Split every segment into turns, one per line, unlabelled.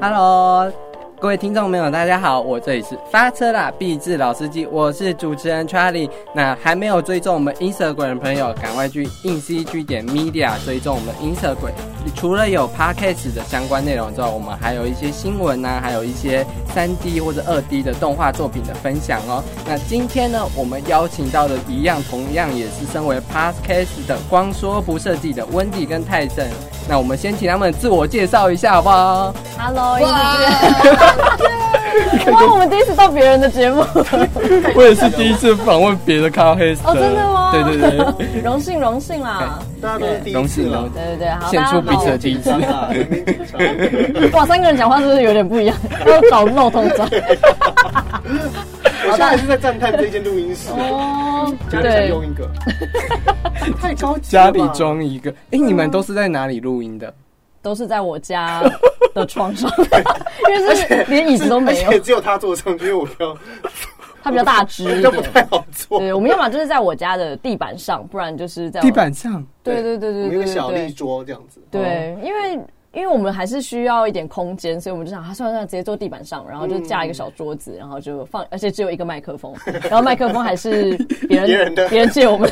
Hello，各位听众朋友，大家好，我这里是发车啦，必志老司机，我是主持人 Charlie。那还没有追踪我们 Instagram 的朋友，赶快去硬 C G 点 Media 追踪我们 Instagram。除了有 Podcast 的相关内容之外，我们还有一些新闻啊，还有一些三 D 或者二 D 的动画作品的分享哦。那今天呢，我们邀请到的一样，同样也是身为 Podcast 的光说不设计的温迪跟泰正。那我们先请他们自我介绍一下，好不好？
Hello，哇， 我们第一次到别人的节 目，
我也是第一次访问别的咖啡啊
哦真的吗
对对对，
荣幸荣幸啦！
大家都是
啊
第一
荣
次
幸
了
荣，
哦对对对，好，
献
大
出
家
彼此的。
好
第一次。
啊
啊
哇，三个人讲话是不是有点不一样？要找闹通章。
我现在还是在赞叹这间录音室，
哦，
家里想用
对，
一个，太高级
家
了吧
里，装一个，哎、
嗯
你们都是在哪里录音的？
都是在我家的床 上，因为是连椅子都没有
而且，只有他坐得上去，因为我比较
它比较大只一
比较不
点。
太好坐。
对，我们要么就是在我家的地板上，不然就是在我
地。板上，
对对对
我
对
们有
对
个小
对
立。桌这样子，
对，因为因为我们还是需要一点空间，所以我们就想，他算了算了，直接坐地板上，然后就架一个小桌子，然后就放，而且只有一个麦克风，然后麦克风还是别人
别人的
借我们。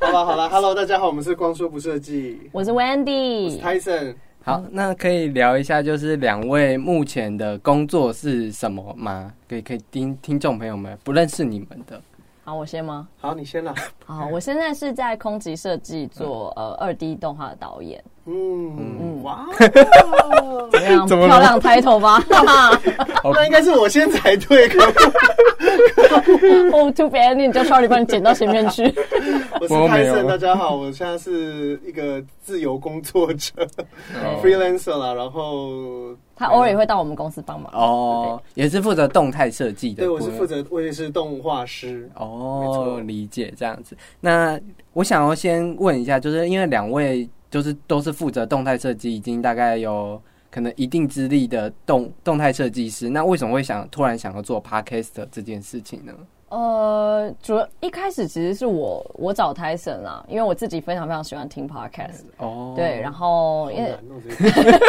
好吧，好了，Hello，大家好，我们是光说不设计
我是 Wendy，
，Tyson，
好，那可以聊一下，就是两位目前的工作是什么吗？可以可以听听众朋友们不认识你们的，
好，我先吗？
好，你先啦，
好，我现在是在空集设计做呃二 D 动画的导演，
嗯， 哇，
怎么样？
怎么了
漂亮 title 吧？
那应该是我先才对，可
哦，too bad，你叫 Charlie 帮你剪到前面去。
我是
我没有
Tyson，大家好，我现在是一个自由工作者，freelancer
哦
啦，然后
他偶尔也会到我们公司帮忙。
哦，也是负责动态设计的
对
部
我
分，
是负责，我也是动画师，没
哦
错，
理解这样子。那我想要先问一下，就是因为两位就是都是负责动态设计，已经大概有可能一定资历的动动态设计师，那为什么会想突然想要做 podcast 这件事情呢？
呃，主要一开始其实是我我找 Tyson 啦，因为我自己非常非常喜欢听 podcast，、
哦，
对，然后因为
好难哦这个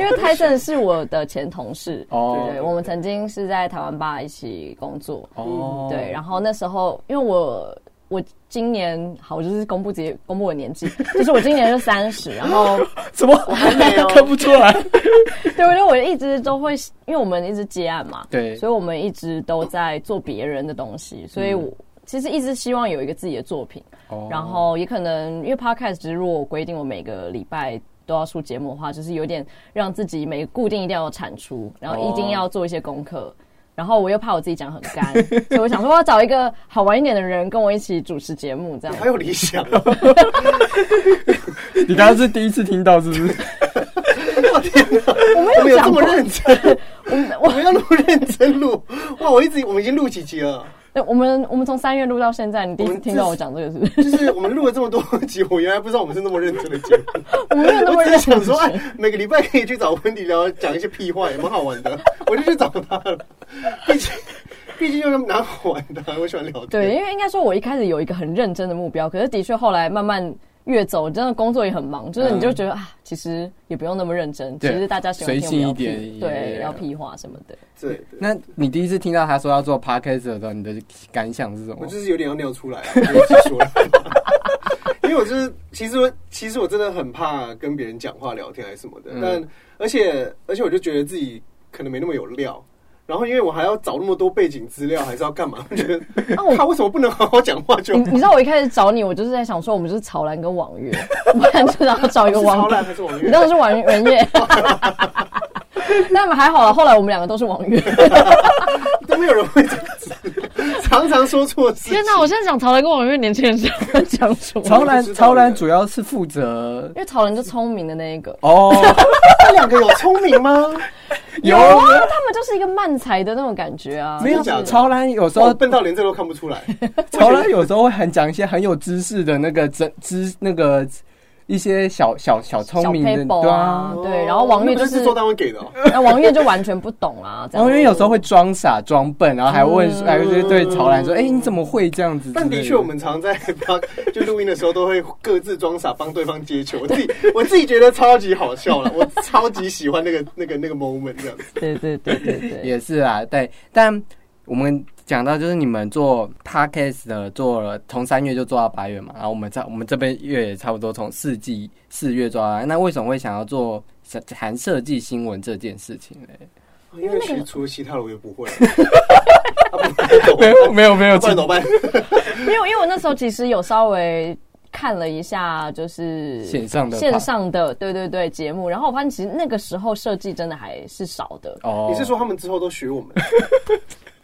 因为 Tyson 是我的前同事，
哦
对，我们曾经是在台湾吧一起工作，
哦，
对，然后那时候因为我我今年好，我就是公布自己公布我的年纪，就是我今年是三十，然后
怎么
没 有
看不出来？
对，因为我一直都会，因为我们一直接案嘛，
对
所以我们一直都在做别人的东西，所以我。其实一直希望有一个自己的作品，
哦
然后也可能因为 podcast 只是如果我规定我每个礼拜都要出节目的话，就是有点让自己每固定一定要有产出，然后一定要做一些功课。然后我又怕我自己讲很 干，所以我想说我要找一个好玩一点的人跟我一起主持节目，这样
好有理想哦。
你刚刚是第一次听到是不是？
我没
我们有这
讲
么
过，
认真，
我
我们要录认真录。哇，我一直我们已经录几集了，
对我们我们从三月录到现在，你第一次
我们
听
这
到
是
我讲这个是不是？
就是我们录了这么多集，我原来不知道我们是那么认真的节目。
我没有 那么
我只
认
是
真
想。说，哎，每个礼拜可以去找温迪聊，讲一些屁话，也蛮好玩的。我就去找他了，毕竟毕竟就是蛮好玩的，我喜欢聊天。
对，因为应该说，我一开始有一个很认真的目标，可是的确后来慢慢越走，真的工作也很忙，就是你就觉得、啊，其实也不用那么认真，其
嗯对
实大家喜欢
随
听我
性
们
一
要屁
点也
对，要屁话什么的。
对，对
那你第一次听到他说要做 podcast 的时候，你的感想
哦
是什
我
么？
就是有点要尿出来啊，我就直 说了。因为我就是，其实我其实我真的很怕跟别人讲话、聊天还是什么的，
嗯
但而且而且我就觉得自己可能没那么有料，然后因为我还要找那么多背景资料，还是要干嘛？我觉 得
啊我嗯
他为什么不能好好讲话就
你？你知道我一开始找你，我就是在想说，我们就是曹兰 跟网月，不然就是要找一个
是
网
超。烂还是王
你
月？
当时是网网月， 但还好了，后来我们两个都是网月。
都没有人会这样子，常常说错字。
天哪，我现在讲曹兰跟网月，年轻人是要 讲什么？
曹兰
我不知道
曹兰
耶
主要是负责
因为曹兰就聪明的那一个，
哦，
这两个有聪明吗？
有
啊，他们就是一个慢才的那种感觉啊。
没有
真的假的
曹兰有时
我
候
哦笨到连这都看不出来。
曹兰有时候会很讲一些很有知识的那个知知那个一些小小小聪明的，
paper
对
啊
啊。
对然后王玉
那
就
不
是
制作单位给的哦，
那王月就完全不懂啦，这
然
样
后因为有时候会装傻装笨，然后还问，还会对曹兰说：“哎，你怎么会这样子之类？”
嗯 但的确，我们常在 就录音的时候都会各自装傻帮对方接球。我自己我自己觉得超级好笑了，我超级喜欢那个那个那个 moment 这样子。
对对对对对，
也是啊，对。但我们讲到就是你们做 podcast 的，做了从三月就做到八月嘛，然后我们在我们这边月也差不多从四季四月做到八月，那为什么会想要做谈设计新闻这件事情呢？
哦因为其实除了其他的我也不会，啊
没有没有没有
哦不然怎么办？
没有，因为我那时候其实有稍微看了一下，就是
线上的
线上的对对对节目，然后我发现其实那个时候设计真的还是少的，
哦，
你是说他们之后都学我们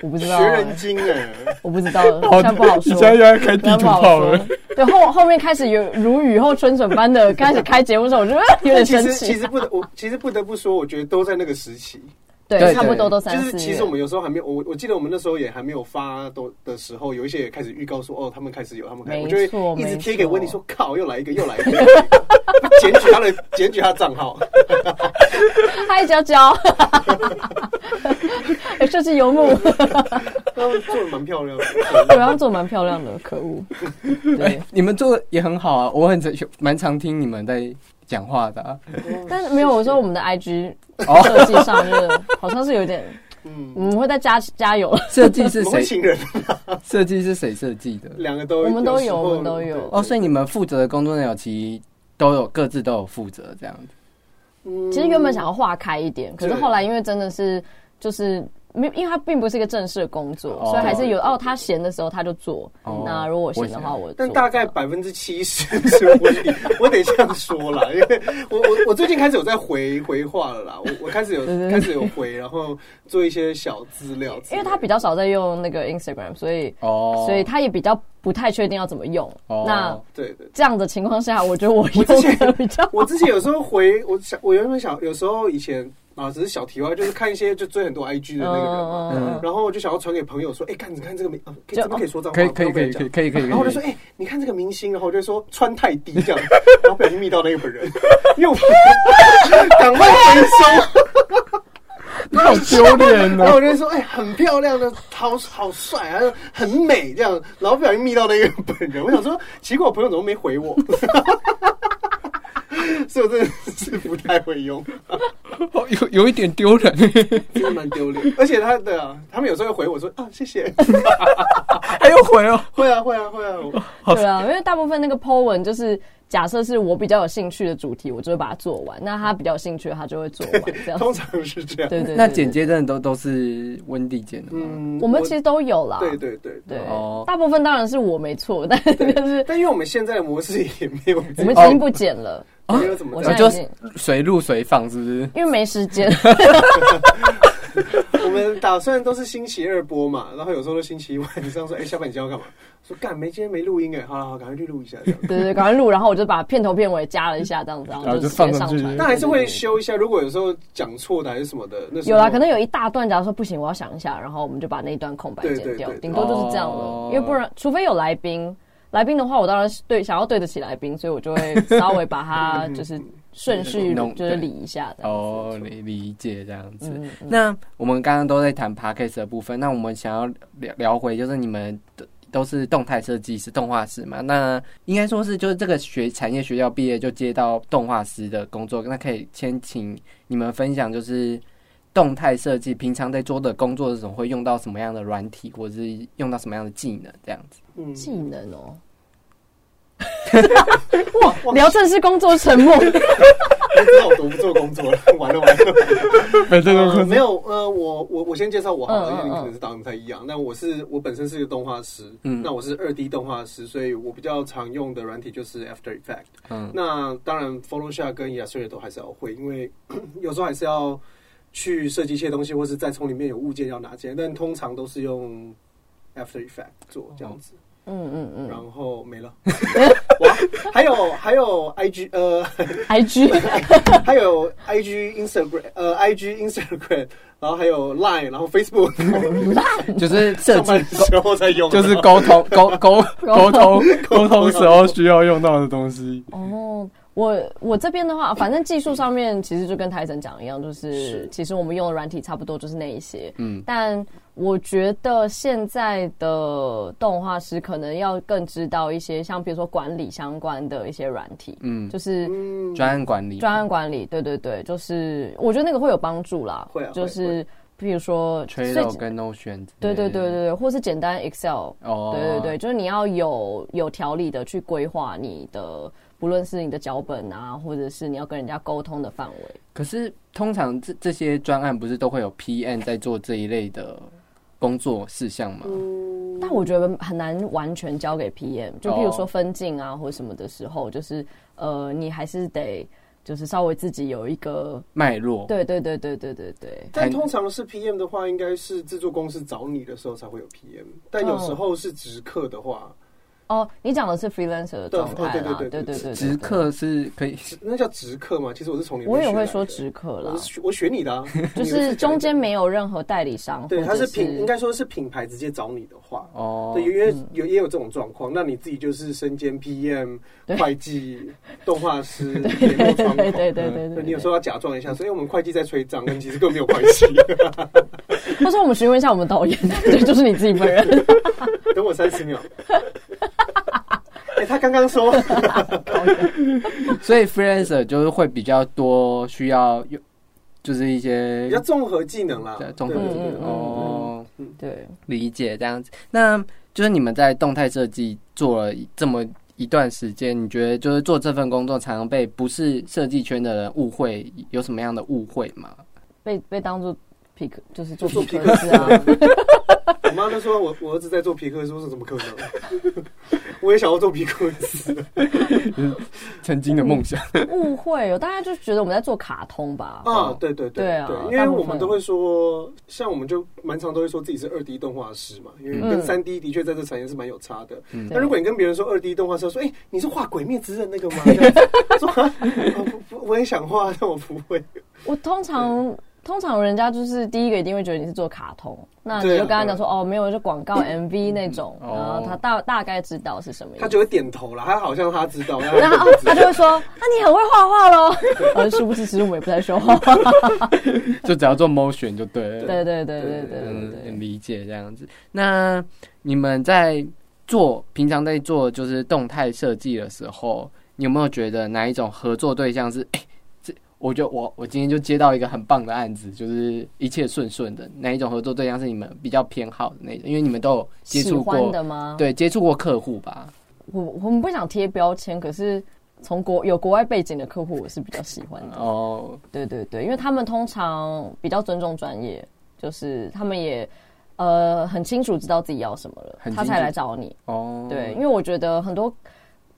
我不知道
学，人精哎？
我不知道，
哦
现在不好说。
又要开
现在不好说。对，后后面开始有如雨后春笋般的开始开节目的时候，我觉得有点
但其
生
实其
气。
实不得我其实不得不说，我觉得都在那个时期，
对
对，差不多都
就
三四
是
月。
其实我们有时候还没有，我我记得我们那时候也还没有发都的时候，有一些也开始预告说哦，他们开始有，他们开始，
没
我就会
错
一直
没
贴给温妮
错
说靠，又来一个，又来一个， 检举他的检举他的账号。
嗨，娇娇， 哎设计游牧，
他们做的蛮漂亮的，
我要做蛮漂亮的，可恶。对，
你们做的也很好啊，我很常蛮常听你们在讲话的啊、
但是没有，我说我们的 IG
嗯哦
设计上就是好像是有 点，
嗯，
我们会再加加油。
设计是
我们
谁？
情人
设计是谁设计的？
两个都
我们都有
时候
我们都有
哦，所以你们负责的工作内容其实都有各自都有负责这样子。
嗯
其实原本想要划开一点，可是
对
后来因为真的是就是没，因为它并不是一个正式的工作，
哦
所以还是有哦，他闲的时候他就做。
哦
那如果我闲的话，
我
我做
但大概
啊
百分之七十 是我得我得这样说啦，因为我我我最近开始有在回回话了啦，我我开始有
对对对
开始有回，然后做一些小资料之类的，
因为他比较少在用那个 Instagram，所以
哦，
所以他也比较不太确定要怎么用。
哦
那
对对。
这样的情况下，我觉得我
我
用
之前
的比较
我之前有时候回，我想我原本想有时候以前啊，只是小题外，就是看一些就追很多 IG 的那个人嘛，
嗯
然后我就想要传给朋友说，哎，看你看这个名，啊，可以
就
怎么可以说脏
哦可
话？
以可以
不
可
能
以
讲
可以可以可以，
然后我就说，哎、你看这个明星，然后我就说穿太低这样，然后不小心密到那个本人，因为我 赶快回收，
你 好丢脸哦
然后！我就说，哎、很漂亮的，好好帅啊，很美这样，然后不小心密到那个本人，我想说，奇怪，我朋友怎么没回我？所以我真的是不太会用，
哦有有一点丢 人，
真的蛮丢脸。而且他的、啊、他们有时候会回我说啊，谢谢，
还有回哦。
会啊会啊会啊，我
对啊，因为大部分那个 po 文就是假设是我比较有兴趣的主题，我就会把它做完；那他比较有兴趣，他就会做完。这样
通常是这样。
对对对。
那
对
剪接真的都都是温蒂剪的吗？
嗯
我们其实都有啦。
对对对
对
哦，
大部分当然是我没错，但是
对，但因为我们现在的模式也没有
我们已经不剪了，
没有怎么
我
样
然
现在
后就
已经
随录随放，是不是？
因为没时间。
我们打算都是星期二播嘛，然后有时候都星期一晚上说，哎、下班你今天要干嘛？说干没，今天没录音哎，好了好，赶快去录一下这样。
对对，对赶快录，然后我就把片头片尾加了一下，这样子，然
然
后
后就
直接
放上
上
去
传。
但还是
对
会
对对
修一下，如果有时候讲错的还是什么的，那时
有
候
啦，可能有一大段，假如说不行，我要想一下，然后我们就把那一段空白
对
剪
对
掉
对，对
顶多就是这样
哦
了。因为不然，除非有来宾，来宾的话，我当然是对想要对得起来宾，所以我就会稍微把
嗯
它啊就是顺序
弄
就是理一下这样。
哦，理理解这样子。
嗯嗯
那我们刚刚都在谈 podcast 的部分，那我们想要聊聊回，就是你们的都是动态设计师、动画师嘛？那应该说是就是这个学产业学校毕业就接到动画师的工作，那可以先请你们分享就是。动态设计平常在做的工作是什么，会用到什么样的软体，或者是用到什么样的技能，这样子。
嗯
技能 哦。哇，聊正式工作沉默，
不知道我都不做工作了，完了完了。
反
呃没有，呃，我我我先介绍我好
嗯嗯
了，因为
嗯
你可能是导演不太一样。那我是我本身是一个动画师，
嗯
那我是二 D 动画师，所以我比较常用的软体就是 After Effect。
嗯
那当然 Photoshop 跟 Illustrator 都还是要会，因为 有时候还是要去设计一些东西，或是再从里面有物件要拿进来，但通常都是用 After Effect 做这样子，
哦
嗯嗯嗯
然后 没了。哇，还有还有 IG 呃。
，IG
还有 I G Instagram，呃，I G Instagram，然后还有 Line，然 后 Facebook，
就是设
上
计
班的时候在用，
就是沟通沟沟沟通沟通时候需要用到的东西。
哦，我我这边的话，反正技术上面其实就跟台神讲一样，就是
是
其实我们用的软体差不多就是那一些。
嗯
嗯，但我觉得现在的动画师可能要更知道一些，像比如说管理相关的一些软体，
嗯，
就是
嗯，
专案管理，
专案管理。对对对，就是我觉得那个会有帮助啦。
会啊
就是比如说
吹
最
肉跟 No 选，
对对对对，
嗯
对，或是简单 Excel，
哦，
对对对，，就是你要有有条理的去规划你的，不论是你的脚本啊，或者是你要跟人家沟通的范围。
可是通常这这些专案不是都会有 PM 在做这一类的工作事项吗？
嗯
但我觉得很难完全交给 PM，就譬如
哦
说分镜啊或什么的时候，就是呃，你还是得就是稍微自己有一个，
脉络，
对对对对对对对，
但通常是 PM 的话，应该是制作公司找你的时候才会有 PM，但有时候是直客的话，
哦，你讲的是 freelancer 的
对
状态啦，
对
对
对对对
对对对，
直客是可以，
直那叫直客嘛？其实我是从你那
我
边
也
学来
会
的
说直客啦
我，是学我学你的啊，
就
你也
是
学
中间
来的
没有任何代理商，
对，
或
它
者
是品，应该说是品牌直接找你的话，
哦
对，，因为
嗯
有也有这种状况，那你自己就是身兼 PM、会计、动画师、联络窗口，
对对对对对，
你有时候要假装一下，所以我们会计在催账，跟其实根本没有关 系。
或者我们询问一下我们导演，对，就是你自己本人。
等我三 十秒。哎、他刚刚说，
所以 freelancer 就是会比较多需要用，就是一些
比较综合技能啦
对，综合
对嗯
技
嗯嗯
能
嗯
哦，
对，
理解这样子。那就是你们在动态设计做了这么一段时间，你觉得就是做这份工作常常被不是设计圈的人误会，有什么样的误会吗？
被被当做皮克，就是
就
做
做
皮
皮
克
克
斯
斯
啊
啊。。 我妈都说我我儿子在做皮克斯，我说怎么可能？ 我也想要做皮克斯，
曾经的梦想，
误会有，大家就觉得我们在做卡通吧。
啊，对对对
哦对啊
因为
大部分
我们都会说，像我们就蛮常都会说自己是二 D 动画师嘛，因为跟
嗯
三 D 的确在这产业是蛮有差的。
嗯
那如果你跟别人说二 D 动画师，说哎、你是画《鬼灭之刃》那个 吗？这样子说啊，我不不我也想画，但我不会。
我通常通常人家就是第一个一定会觉得你是做卡通，那你
对啊
就跟他讲说哦，没有，就广告 MV 那种，
哦
然后他大大概知道是什么意
他
思。
就会点头啦，他好像他知道，
然
然
后哦，他就会说：“啊，你很会画画喽。”而殊不知，其实我们也不太说画画。
就只要做 motion 就对了。
对对对对对对
嗯，
对
很。理解这样子。那你们在做平常在做就是动态设计的时候，你有没有觉得哪一种合作对象是？哎、这我觉得我我今天就接到一个很棒的案子，就是一切顺顺的。哪一种合作对象是你们比较偏好的那种？因为你们都有接
喜
触
欢
过，
的吗？
对，接触过客户吧？
我我们不想贴标签，可是从国有国外背景的客户，我是比较喜欢的。
哦，
对对对，因为他们通常比较尊重专业，就是他们也呃很清楚知道自己要什么了
很，
他
清
才
楚
来找你。
哦，
对，因为我觉得很多。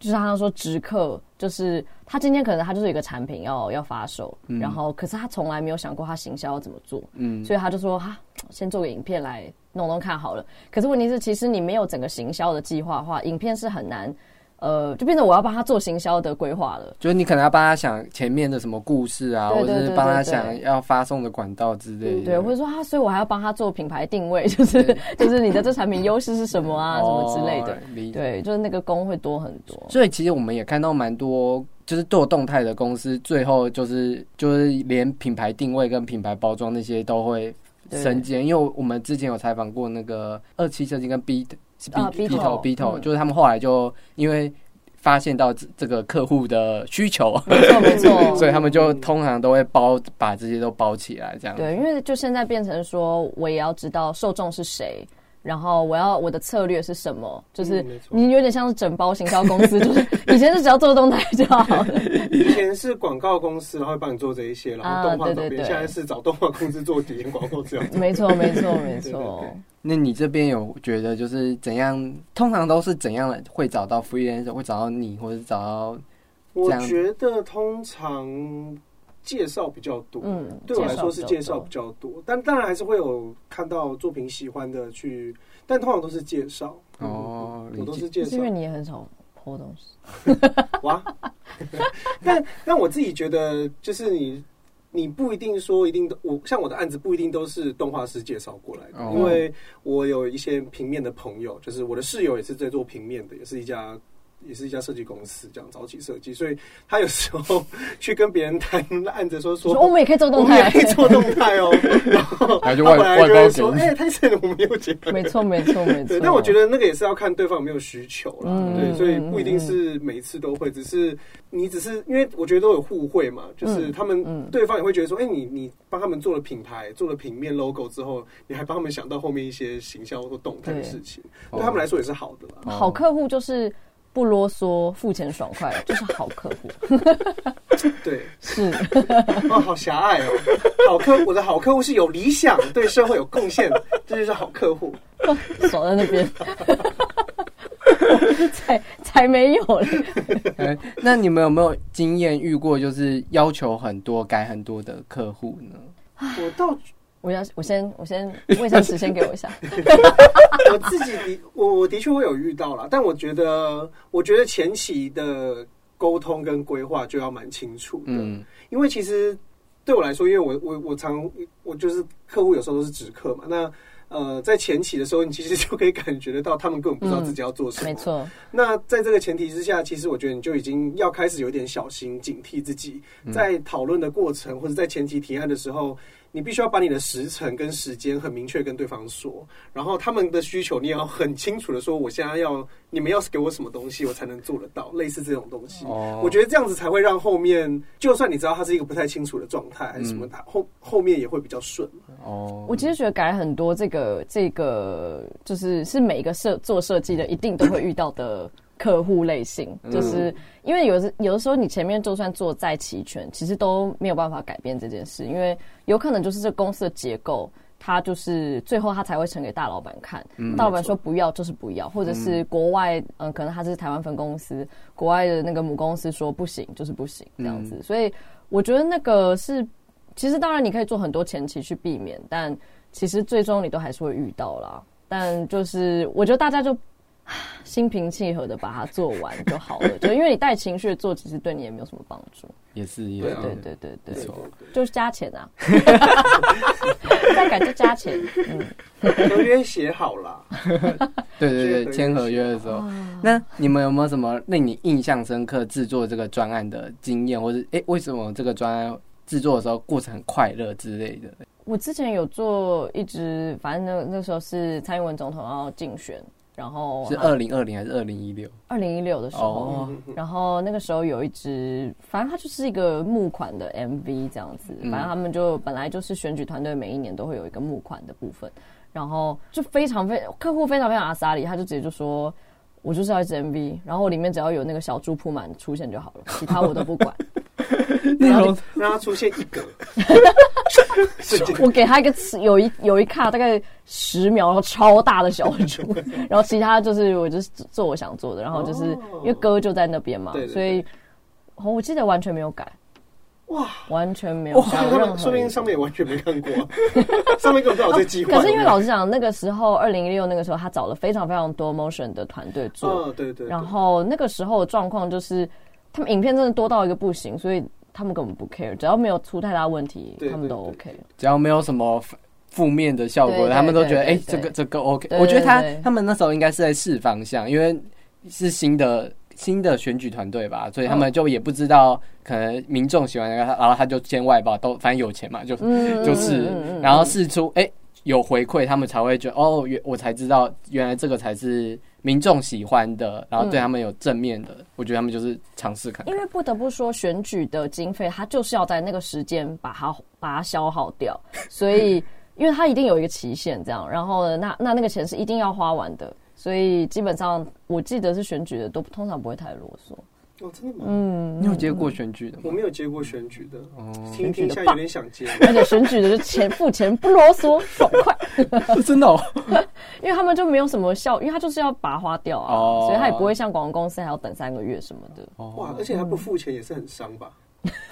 就是他说直客，就是他今天可能他就是有一个产品要要发售，
嗯
然后可是他从来没有想过他行销要怎么做，
嗯，
所以他就说哈，先做个影片来弄弄看好了。可是问题是，其实你没有整个行销的计划的话，影片是很难，呃，就变成我要帮他做行销的规划了。
就是你可能要帮他想前面的什么故事啊，
对
或
对
者是
对
帮他
对对
想要发送的管道之类的。
对，或者说啊，所以我还要帮他做品牌定位，就是就是你的这产品优势是什么 啊，什么之类
哦
的。，
理解。
对，就是那个工会多很多。
所以其实我们也看到蛮多，就是做动态的公司，最后就是就是连品牌定位跟品牌包装那些都会升级。因为我们之前有采访过那个二期设计跟 B 是 B
啊
B
Beetle，
头 B 头，
嗯
就是他们后来就因为发现到这这个客户的需求，
没错没 错，
所以他们就通常都会包把这些都包起来这样。
对，因为就现在变成说，我也要知道受众是谁，然后我要我的策略是什么，就是
嗯没错
你有点像是整包行销公司，就是以前是只要做动态就 好了。
以前是广告公司，然后会帮你做这一些，然后
啊
动画
对
找
对
别人，
对
现在是找动画公司做体验广告 这样子。
没错，没错，没
对对
错。
那你这边有觉得就是怎样？通常都是怎样的会找到 freelancer，会找到你，或者是找到
我
这样
觉得通常介绍比较多，
嗯
对我来说是介
介
绍
绍
比
比
较多，但当然还是会有看到作品喜欢的去，但通常都是介绍。
哦
嗯我都
理解
是介
是
绍
因为。你也很少破东西，
哇， 但但我自己觉得，就是你你不一定说一定都，我像我的案子不一定都是动画师介绍过来的，
哦
因为我有一些平面的朋友，就是我的室友也是在做平面的，也是一家也是一家设计公司，这样早起设计，所以他有时候去跟别人谈案子说
说
说
我们也可以做动
我们
态
也，可以做动态哦，然后
然后就
他
外
本来
外
就
包
会
给
说， 哎、
你。
太深了，我们又结婚。
没错没错没错。
对，但我觉得那个也是要看对方有没有需求啦，
嗯
对，所以
嗯
不一定是每一次都会，只是你只是因为我觉得都有互惠嘛，就是他们、
嗯
对方也会觉得说，哎、你你帮他们做了品牌，做了平面 logo 之后，你还帮他们想到后面一些行销或动态的
对
事情，
哦
对他们来说也是好的啦。
好客户就是不啰嗦，付钱爽快，就是好客户。
对，
是，
哦，好狭隘哦，好客，我的好客户是有理想，对社会有贡献，这就是好客户。
守在那边， 才才没有嘞。
哎那你们有没有经验遇过就是要求很多、改很多的客户呢？
我倒
啊我要，我先，我先卫生纸先给我一下。
我自己的我我的确会有遇到啦，但我觉得我觉得前期的沟通跟规划就要蛮清楚的，
嗯，
因为其实对我来说，因为我我我常我就是客户有时候都是直客嘛，那呃在前期的时候，你其实就可以感觉得到他们根本不知道自己要做什么。
没错，
那在这个前提之下，其实我觉得你就已经要开始有点小心警惕自己，在讨论的过程或者在前期提案的时候，你必须要把你的时程跟时间很明确跟对方说，然后他们的需求你也要很清楚的说，我现在要你们要是给我什么东西，我才能做得到，类似这种东西。
哦
我觉得这样子才会让后面，就算你知道它是一个不太清楚的状态还是什么，它后后面也会比较顺。
哦，
我其实觉得改了很多，这个这个就是是每一个设做设计的一定都会遇到的客户类型，就是因为有的有的时候你前面就算做再齐全，其实都没有办法改变这件事，因为有可能就是这公司的结构。它就是最后它才会呈给大老板看，大老板说不要就是不要，或者是国外嗯、可能他是台湾分公司，国外的那个母公司说不行就是不行这样子，所以我觉得那个是其实当然你可以做很多前期去避免，但其实最终你都还是会遇到啦。但就是我觉得大家就 心平气和的把它做完就好了，就因为你带情绪做，其实对你也没有什么帮助。
也是，也
对
是
啊，
对对对对，
错
就是加钱啊， 再改就加钱。嗯，
合约写好啦，
对对对，签合约的时候，那你们有没有什么令你印象深刻制作这个专案的经验，或是哎、诶为什么这个专案制作的时候过程很快乐之类的？
我之前有做一支，反正那那时候是蔡英文总统要竞选，然后
是二零二零还是二零一六？
二零一六的时候，
哦
嗯
然后那个时候有一支，反正它就是一个募款的 MV 这样子，
嗯
反正他们就本来就是选举团队每一年都会有一个募款的部分，然后就非常非客户非常非常阿萨里，他就直接就说。我就是要一支 MV，然后里面只要有那个小猪铺满出现就好了，其他我都不管。
那种
让它出现一 格， 瞬间
我给他一个词，有一有一卡大概十秒，然后超大的小 猪，然后其他就是我就是做我想做的，然后就是、
哦
因为歌就在那边嘛，
对对对
所以、哦我记得完全没有改，
哇。
完全没有
说
改
明他
任何
们说
一
明
个。
上面也完全没看过， 上面根本不知道有这计划。
可是因为老实讲，那个时候二零一六那个时候，他找了非常非常多 motion 的团队做，
嗯，对对对，
然后那个时候的状况就是，他们影片真的多到一个不行，所以他们根本不 care，只要没有出太大问题，
对
他们都
对
OK。
只要没有什么负负面的效
对
果，
对
他们都觉得哎、
对对
诶这个
对
这个 OK。
对对
我觉得他
对
他们那时候应该是在试方向，因为是新的新的选举团队吧，所以他们就也不知道可能民众喜欢那个，然后他就先外包，都反正有钱嘛，就
嗯
就是，然后试出哎、有回馈，他们才会觉得哦，原我才知道原来这个才是民众喜欢的，然后对他们有正面的。我觉得他们就是尝试看看
因。为不得不说，选举的经费它就是要在那个时间把它把它消耗掉，所 以因为它一定有一个期限，这样，然后呢，那那那个钱是一定要花完的，所以基本上我记得是选举的都通常不会太啰嗦。
哦，真的
嗯
吗？
你有接过选举的
我
吗？
没有接过选举的，
选
听
举
听一
的
下
棒
有点想接。
而且选举的就钱付钱不啰嗦，爽快，
真的哦，
因为他们就没有什么效，因为他就是要把它花掉啊，
哦
所以他也不会像广告公司还要等三个月什么的。
哇，而且他不付钱也是很伤吧？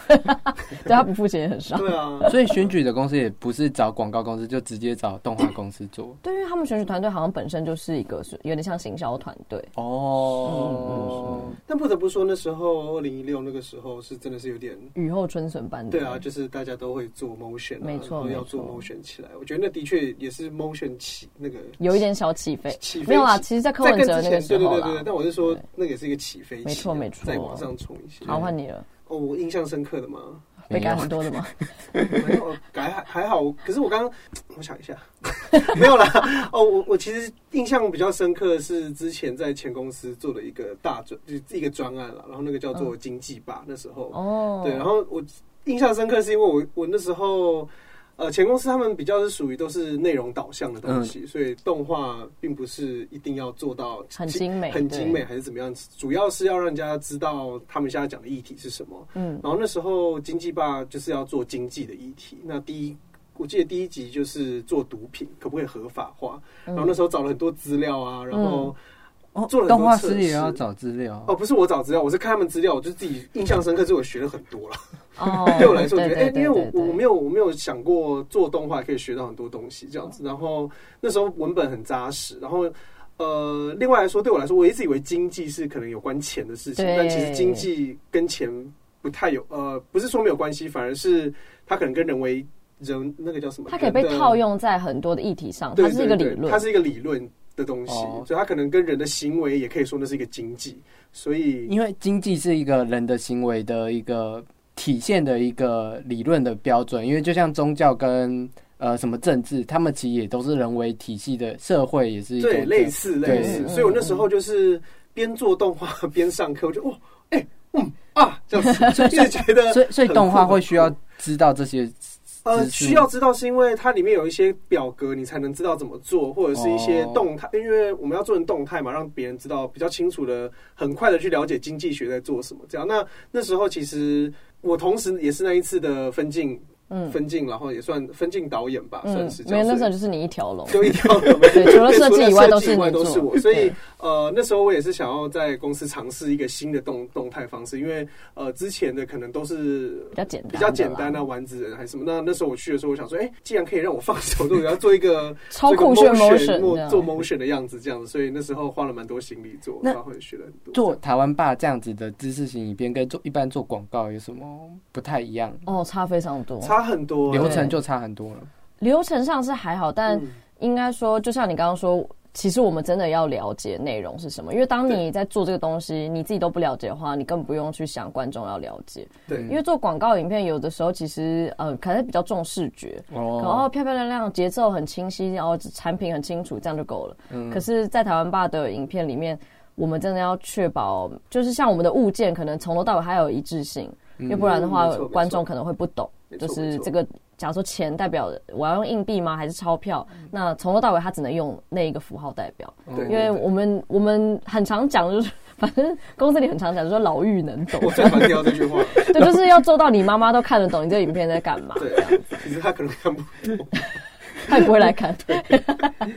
对他不付钱也很少。
对啊，
所以选举的公司也不是找广告公司，就直接找动画公司做。
对，因为他们选举团队好像本身就是一个是有点像行销团队。
哦，
但不得不说那时候二零一六那个时候是真的是有点。
雨后春笋般的，
对啊，就是大家都会做 motion，、啊、
嗯没错
然后要做
没
motion 起来。我觉得那的确也是 motion 起那个
有一点小起飞
起，飞
没有啦。其实，在柯文哲那个时候
在更之前对对对对
啦，
但我是说
对
那个也是一个起飞期啊，
没错没错
再往上冲一些。
好换你了，
哦，我印象深刻的嘛，
没有
被改很多的 吗？
没有改还还好，可是我刚刚我想一下， 没有啦。哦，我我其实印象比较深刻的是之前在前公司做的一个大专，就是一个专案了，然后那个叫做经济吧，那时候
嗯哦，
对，然后我印象深刻是因为我我那时候。呃，前公司他们比较是属于都是内容导向的东西，所以动画并不是一定要做到
嗯很精美，
很
对
精美，还啊是怎么样，主要是要让人家知道他们现在讲的议题是什么。
嗯，
然后那时候经济吧就是要做经济的议题，那第一。我记得第一集就是做毒品可不可以合法化，
嗯
然后那时候找了很多资料啊，然后、
哦
做了很多
动画师
测
也
试
要找资料
哦不是我找资料，我是看他们资料，我就自己印象深刻，是我学了很多了。
哦
对我来说，我觉得哎、因为我我没
有
有我没有想过做动画可以学到很多东西这样子。然后那时候文本很扎实，然后呃，另外来说，对我来说，我一直以为经济是可能有关钱的事情，
对
但其实经济跟钱不太有呃，不是说没有关系，反而是它可能跟人为人那个叫什么，
它可以被
人的
套，用在很多的议题上，
对
它是一个理
对对
论
它，是一个理论的东西，
哦
所以它可能跟人的行为也可以说那是一个经济，所以
因为经济是一个人的行为的一个体现的一个理论的标准，因为就像宗教跟呃什么政治，他们其实也都是人为体系的，社会也是一种
对，类似
对
类似
嗯。
所以我那时候就是边做动画边上课，我就哦，哎、嗯啊，这样子，一直觉得
所以所以
很
动画
酷
会需要知道这些
呃
知识
需要知道，是因为它里面有一些表格，你才能知道怎么做，或者是一些
哦
动态，因为我们要做成动态嘛，让别人知道比较清楚的，很快的去了解经济学在做什么。这样，那那时候其实我同时也是那一次的分镜。
嗯
分镜，然后也算分镜导演吧，算是这
没
样。
有那时
所以
候就是你一条龙，
就一条龙， 对
除了设计以外都
都
是你
都
做
是我，所以
对
呃那时候我也是想要在公司尝试一个新的动动态方式，因为呃之前的可能都是
比较简单，
比较简单啊，，丸子人还是什么。那那时候我去的时候，我想说，哎、既然可以让我放手，那我要做 一个
超酷炫
做一个
motion 这
motion 做
样
motion 的样子这样子，所以那时候花了蛮多心力做，
那
然后也学了很多。
做台湾霸这样子的知识型影片，跟做一般做广告有什么不太一样？
哦，差非常多。
差很多、
流
欸，
程就差很多了。
流程上是还好，但
嗯
应该说，就像你刚刚说，其实我们真的要了解内容是什么，因为当你在做这个东西，你自己都不了解的话，你更不用去想观众要了解。
对
因为做广告影片，有的时候其实呃，可能比较重视觉，然后
哦，
漂漂亮亮，节奏很清晰，然后产品很清楚，这样就够了。
嗯
嗯
可是，在台湾爸的影片里面，我们真的要确保，就是像我们的物件，可能从头到尾还有一致性，要不然的
嗯
话
没错没错，
观众可能会不懂。
没错
就是这个，假如说钱代表我要用硬币吗？还是钞票？那从头到尾他只能用那一个符号代表，
嗯对
因为我们我们很常讲，就是反正公司里很常讲，就是说老妪能 懂，
我最烦掉这句话，
对，就是要做到你妈妈都看得懂你这个影片在干 嘛，
对，其实他可能看不懂。
她也不会来看。
哦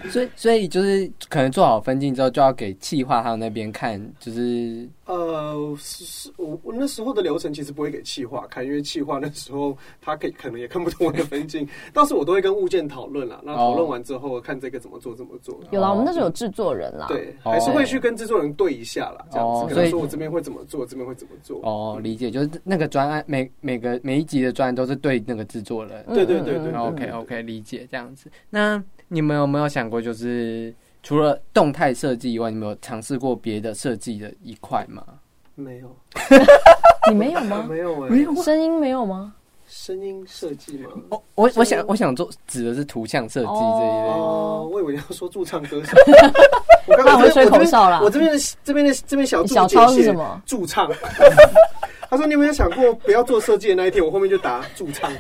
所以所以就是可能做好分镜之后，就要给企划他们那边看，就是
呃，是是，我我那时候的流程其实不会给企划看，因为企划那时候他可以可能也看不懂我的分镜，到时候我都会跟物件讨论啦。那讨论完之后，看这个怎么做怎么做。
有啦，
哦
我们那时候有制作人啦，
对，
哦
还是会去跟制作人对一下啦，这样
哦
子，可
所以
能说我这边会怎么做，这边会怎么做。
哦，理解，就是那个专案每每个每一集的专案都是对那个制作人。
对对对对
然
对
后
哦
OK OK，理解这样子。那你们有没有想过，就是除了动态设计以外，你们有尝试过别的设计的一块吗？
没有，
你没有啊哦吗？
没有哎，
声音嗯没有吗？
声音设计吗？
我我我想我想做指的是图像设计这一类的。
哦，我以为你要说驻唱歌 手，
那我
我
们吹口哨啦
我这边的这边的这边小
你
注
小
解
抄是
写
什么
驻唱。 他说：“你有没有想过不要做设计的那一天？”我后面就答驻唱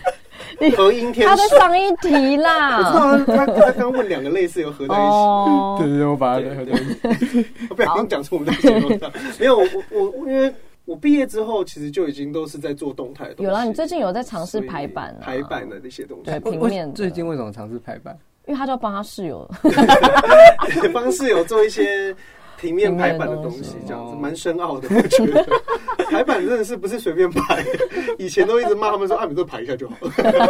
你，
合音天
他在
使。
上啊一题
我知
啦。
道他他他刚问两个类似有合在一起，
哦
对，对对，我把它
对
合
对
在一起
我 不小心讲出我们的节目上。没有，我我我因为我毕业之后其实就已经都是在做动态的东西。
有啦，你最近有在尝试排版、啊，
所以排版的那些东西，
对平
我
面的
最近为什么尝试排版？
因为他就要帮他室友，
方式有做一些平面排版的东
平面的
西
东，西
哦这样子蛮深奥的，我觉得。 排版真的是不是随便排， 以前都一直骂他们说啊，你都排一下就好。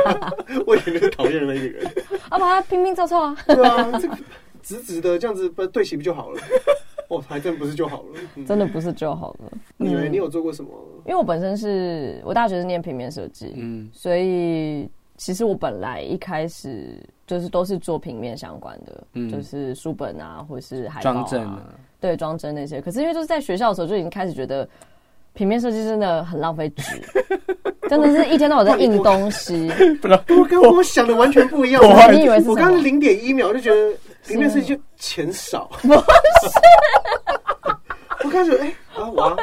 我以前就是讨厌的那个人，
啊，把它拼拼凑凑啊，
对啊，这个 直直的这样子不对齐不就好了？ 哦，还真不是就好了。 嗯
真的不是就好了。
你们你有做过什么？
因为我本身是我大学是念平面设计，
嗯，
所以其实我本来一开始就是都是做平面相关的，
嗯
就是书本啊，或者是海报、啊、
装正啊，
对装帧那些。可是因为就是在学校的时候就已经开始觉得平面设计真的很浪费 纸，真的是一天到晚在印东西。
不知道
我跟我想的完全不一样。
我
你以为是什么
我刚刚零点一秒就觉得平面设计就钱少，不 是。我开始哎啊哇，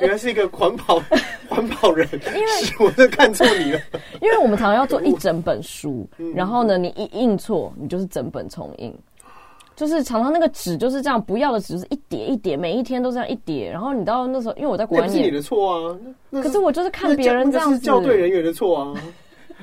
原来是一个环保环保人，是我真的看错 你了。
因为我们常常要做一整本书，
嗯
然后呢，你一印错，你就是整本重印。就是常常那个纸就是这样，不要的纸就是一叠一叠，每一天都这样一叠。然后你到那时候，因为我在国
那
外
不是你
念，
的错啊，那那
可是我就是看别人这样
那
子，
是校对人员的错啊。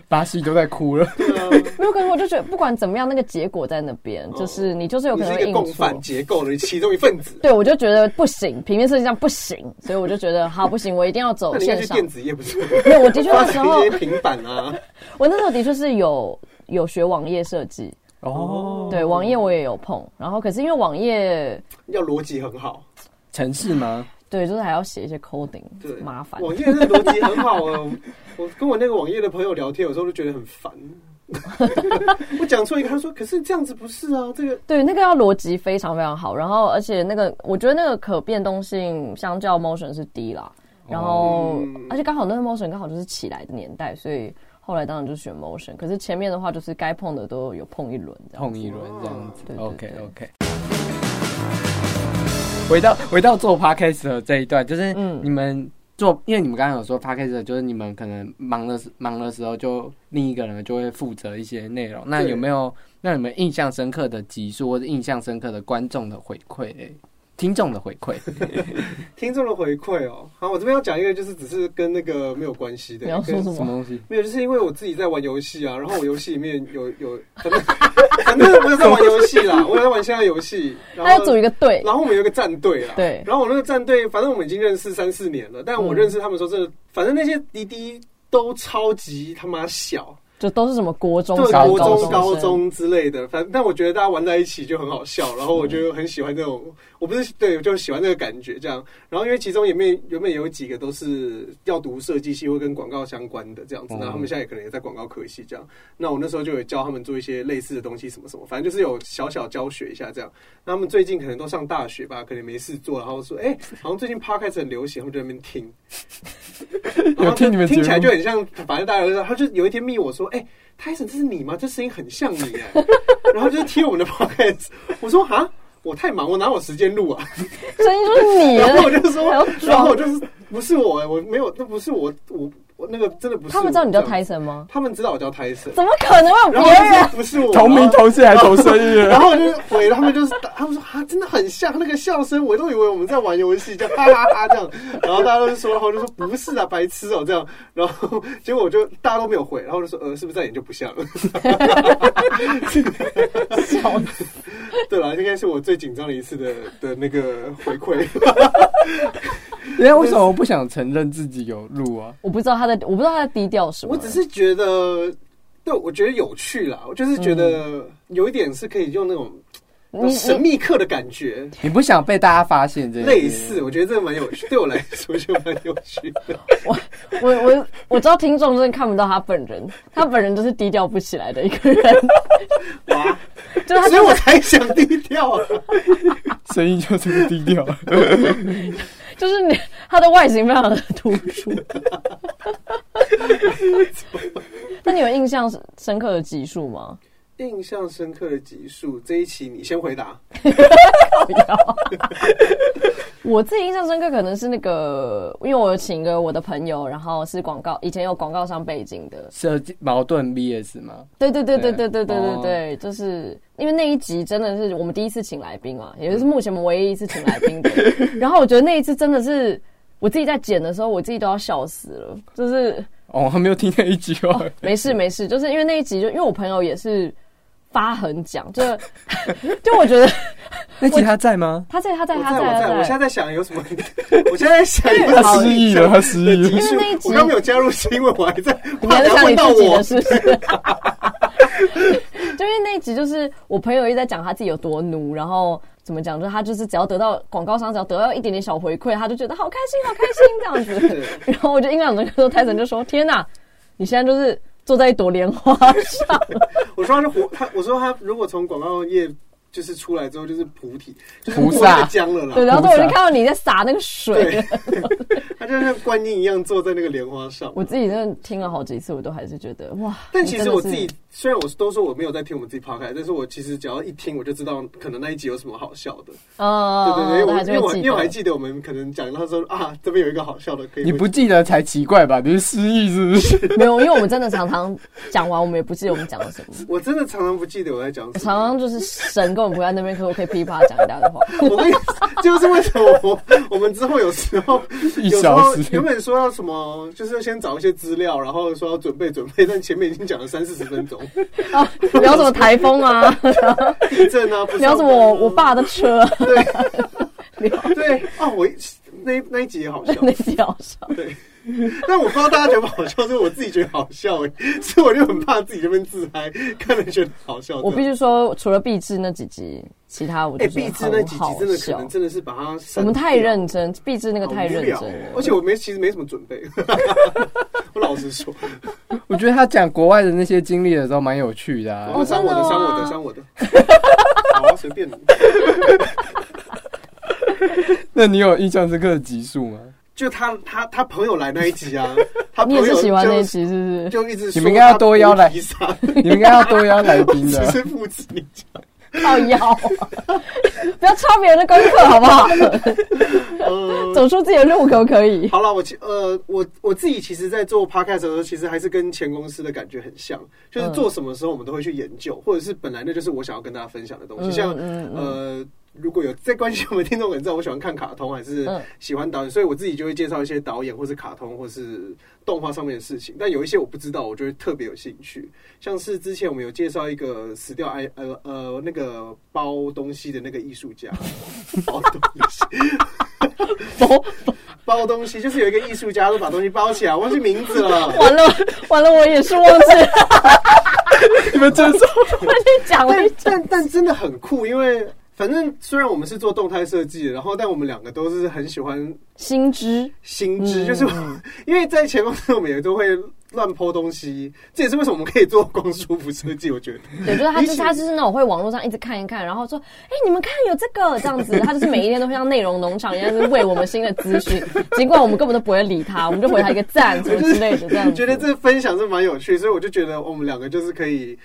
巴西都在哭了。
对啊，
没有，可是我就觉得不管怎么样，那个结果在那边，就是你就是有
哦你
可能
是
会
一个
印
共
错
犯。结构的其中一份子。
对，我就觉得不行，平面设计这样不行，所以我就觉得好不行，我一定要走
那你应该
线
去
上。
电子业不是？
没有，我的确
发
那时
展
候
一，些平板啊，
我那时候的确是有有学网页设计，
哦，
对，网页我也有碰，然后可是因为网页。
要逻辑很好。
城市吗？
对，就是还要写一些 coding，
对，
麻烦。
网页的逻辑很好啊，我跟我那个网页的朋友聊天，有时候都觉得很 烦。我讲错一个，他说：“可是这样子不是啊，这个
对，那个要逻辑非常非常好，然后而且那个我觉得那个可变动性相较 motion 是低啦，然后、
哦嗯
而且刚好那个 motion 刚好就是起来的年代，所以后来当然就选 motion，可是前面的话就是该碰的都有碰一轮这样。
碰一轮这样子
对。对
OK
对
OK。回到回到做 podcast 的这一段，就是
嗯
你们做，因为你们刚刚有说 podcast，就是你们可能忙的时忙的时候，就另一个人就会负责一些内容。那
对
有没有让你们印象深刻的集数，或者印象深刻的观众的回馈、听众的回馈？
听众的回馈哦。”好，我这边要讲一个，就是只是跟那个没有关系的。
你要说
跟
什
什么
么？
东西？
没有，就是因为我自己在玩游戏啊，然后我游戏里面有有， 反正反正我有在玩游戏啦，我有在玩线上游戏，然
他要组
后
一个队，
然后我们有一个战队啦，
对
然后我那个战队，反正我们已经认识三四年了，但我
嗯
认识他们的时候，真的，反正那些滴滴都超级他妈小，
就都是什么国中、
对
小
国
高
中、
中
高
生，
中之类的，反正但我觉得大家玩在一起就很好笑，然后我
嗯
就很喜欢这种，我不是对，我就喜欢这个感觉这样。然后因为其中也面原本有几个都是要读设计系或跟广告相关的这样子，
哦
那他们现在也可能也在广告科系这样。那我那时候就有教他们做一些类似的东西，什么什么，反正就是有小小教学一下这样。那他们最近可能都上大学吧，可能没事做，然后说，哎、好像最近 podcast 很流行，我就在那 边听。然后就
听你们节目
听起来就很像，反正大家都知道。他就有一天密我说，哎、泰森，这是你吗？这声音很像你哎。 然后就听我们的 podcast，我说哈，我太忙，我哪有时间录啊？
声音就是你
然后我
了。
就说
还要，装
然后我就是不是我哎，我没有，那不是我，我我那个真的不是。
他们知道你叫
泰，
泰森吗？
他们知道我叫泰森，
怎么可能会有
然
别
后我就
人啊
说？不是我啊
同名
然后
同姓还同生日？
然后我就回了，他们就是他们说啊，真的很像那个笑声，我都以为我们在玩游戏，这样哈哈哈这样。然后大家都说，然后我就说不是啊，白痴哦、这样。然后结果我就大家都没有回，然后我就说呃，是不是再演就不像了？
笑死
对了，应该是我最紧张的一次的的那个回馈。
人家为什么不想承认自己有录啊？
我不知道他的，我不知道他的低调是什么。
我只是觉得，对我觉得有趣啦，我就是觉得
嗯
有一点是可以用那种
你
神
你
秘客的感觉，
你不想被大家发现这件事
类似，我觉得这个蛮有 趣，对我来说就蛮有趣的。
我我我知道听众真的看不到他本人，他本人就是低调不起来的一个 人，
哇，
就是他
所
就
以
是
我才想低调啊。
声音就这么低调。
就是你他的外形非常的突 出。那你有印象深刻的集数 吗？
印象深刻的集数，这一期你先回答。
我自己印象深刻可能是那个，因为我有请一个我的朋友，然后是广告，以前有广告商背景的，
设计矛盾 VS 吗？
对对对
对
对对对对
哦
对对，就是因为那一集真的是我们第一次请来宾嘛，也就是目前我们唯一一次请来 宾的。然后我觉得那一次真的是我自己在剪的时候，我自己都要笑死了，就是
哦，我还没有听那一句话。
没事没事，就是因 为那一集就因为我朋友也是发狠讲，就就我觉得
那吉他在吗？
他在，他在，
我
他
在我
在，
在，我
他
现在在想有什么， 我现在在想 有什
好
么
他失
影响
他失
的集
因
数
为那一集
我刚没有加入是因为我还 在
你
怕
还在
你要
想
问
你
到
自己
我
的，事 情。就因为那一集就是我朋友一直在讲他自己有多奴，然后怎么讲，就是他就是只要得到广告商只要得到一点点小回馈，他就觉得好开心，好开心这样子。 然后我就印象中那个时候，泰森就说：“天哪，你现在就是坐在一朵莲花上。
我说他是活，他我说他如果从广告业就是出来之后就是菩提，就是
菩
过
萨
那个江了”啦
对，，然后我就看到你在洒那个水
对，他就像观音一样坐在那个莲花上。
我自己真的听了好几次，我都还是觉得哇。
但其
你真
实
的
我
是
自己虽然我都说我没有在听我们自己 podcast，但是我其实只要一听我就知道可能那一集有什么好笑的。
呃，
对对对，因
大
为
家
我因
就
为我
会
因为我还
记
记得我们可能讲到说啊，这边有一个好笑的，可以
你不记得才奇怪吧？你是失忆是不 是？
得，没有，因为我们真的常常讲完，我们也不记得我们讲了什么。
我真的常常不记得我在讲什
常
么。
常就是神跟我们不在那边，可我可以噼啪讲一大堆话。
我跟你就是为什么我我们之后有时候
一
有时
小
候
时
原本说要什么，就是要先找一些资料，然后说要准备准备，但前面已经讲了三四十 分钟，
啊，聊什么台风 啊，
地震啊，不
聊什么我我爸的车啊，
对啊，我一那一那一集也好笑，
那集好笑。
对，但我不知道大家觉得不好笑，是我自己觉得好笑哎、所以我就很怕自己这边自嗨，看了觉得好笑。
我必须说，除了壁纸那几集，其他我
哎，
就觉
壁
得
纸那
很
几集
好
真的可
笑
能。真的是把它删
我们太
掉
认真，壁纸那个
好
太
无
认
聊
真了
哦。而且我没其实没什么准备， 我老实说，
我觉得他讲国外的那些经历的时候蛮有趣的、
哦
啊
我。删我的，删我的，删我的，好啊，随便你。
那你有印象深刻的集数吗？
就他他他朋友来那一集啊，他
你
朋
也
友
是
就
喜欢那一集是不是？
就一直说
你们应该要多邀来
他菩提萨
你们应该要多邀来宾
只
的。
是复制你讲。
靠腰啊，不要抄别人的功课好不 好？
呃
走出自己的路可不可以？
好了，我其呃，我我自己其实，在做 podcast 的时候，其实还是跟前公司的感觉很像，就是
嗯
做什么时候我们都会去研究，或者是本来那就是我想要跟大家分享的东西，像
嗯
呃。如果有在关心我们听众可能知道我喜欢看卡通，还是
嗯
喜欢导演，所以我自己就会介绍一些导演或是卡通或是动画上面的事情。但有一些我不知道，我就会特别有兴趣。像是之前我们有介绍一个死掉爱呃呃那个包东西的那个艺术家， 包东西，包东西，就是有一个艺术家都把东西包起来，我忘记名字了。
完了完了，我也是忘记 了，
你们真是
我去讲了
但
一集。
但但真的很酷，因为反正虽然我们是做动态设计的，然后但我们两个都是很喜欢
新知
新
嗯
知，就是 因为在前公司我们也都会乱剖东西，这也是为什么我们可以做光舒服设计。我觉得
对，就是他，
比
就
起
是他，就是那种会网络上一直看一看，然后说，哎、你们看有这个这样子，他就是每一天都会像内容农场一样，就是喂我们新的资讯，尽管我们根本都不会理他，我们就回他一个赞什么之类的这样子。
觉得这分享是蛮有趣，所以我就觉得我们两个就是可以。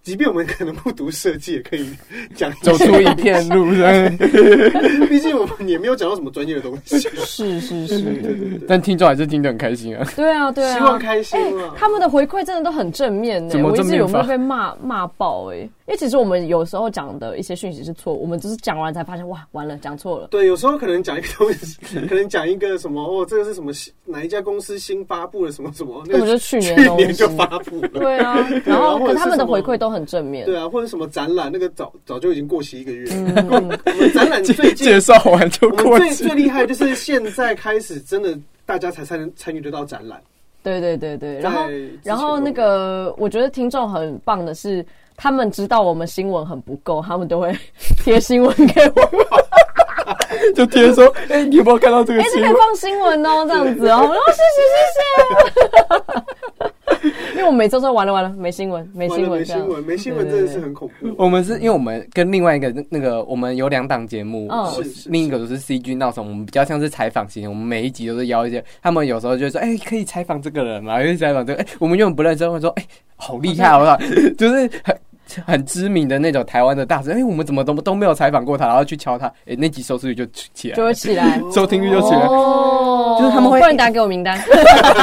即便我们可能不读设计，也可以讲一
走
些，
出一片路， 这样
毕竟我们也没有讲到什么专业的东西。
是是 是，
但听众还是听得很开心啊。
对啊对啊。
希望开心了。
他们的回馈真的都很正面呢、
怎么
我一
正
直
面
有没有
法
被骂骂爆哎、因为其实我们有时候讲的一些讯息是错，我们就是讲完才发现哇，完了讲错了。
对，有时候可能讲一个东西，可能讲一个什么哦，这个是什么新哪一家公司新发布了什么什么，
根
那个
本就是去年的
去
东
年
西
就。发布了。
对啊，
对
然
然
后
后
可他们
或者是什
的
么
回馈都很正面。
对啊，或者什么展览，那个早早就已经过期一个月。了。我们展览最近
介，绍完就
我们
过
最
期
最。厉害就是现在开始，真的大家才参参与得到展览。
对对对对，然后
在之前
然后那个，我觉得听众很棒的是，他们知道我们新闻很不够，他们都会 贴新闻给我们，
就贴说，哎、你有没有看到这个
哎、这
新
可
闻
以？放新闻哦，这样子哦，然后谢谢谢谢，因为我每周都完了完了，没新闻，没
完
新
了
闻，
没
这样
新闻，没新闻真的是很恐怖。
我们是因为我们跟另外一个那那个，我们有两档节目，
嗯
我
是是
另一个是 CG 闹钟，我们比较像是采访型，我们每一集都是邀一些，他们有时候就说，哎、可以采访这个人嘛，可以采访这个，哎、我们原本不认真，会说，哎、好厉害，好不 好？就是很。很知名的那种台湾的大神，哎、我们怎么都都没有采访过他，然后去敲他，哎、那集收视率就起来
就
了，
会起来。
收听率就起来了。
哦
就是他们会
不然打给我名单，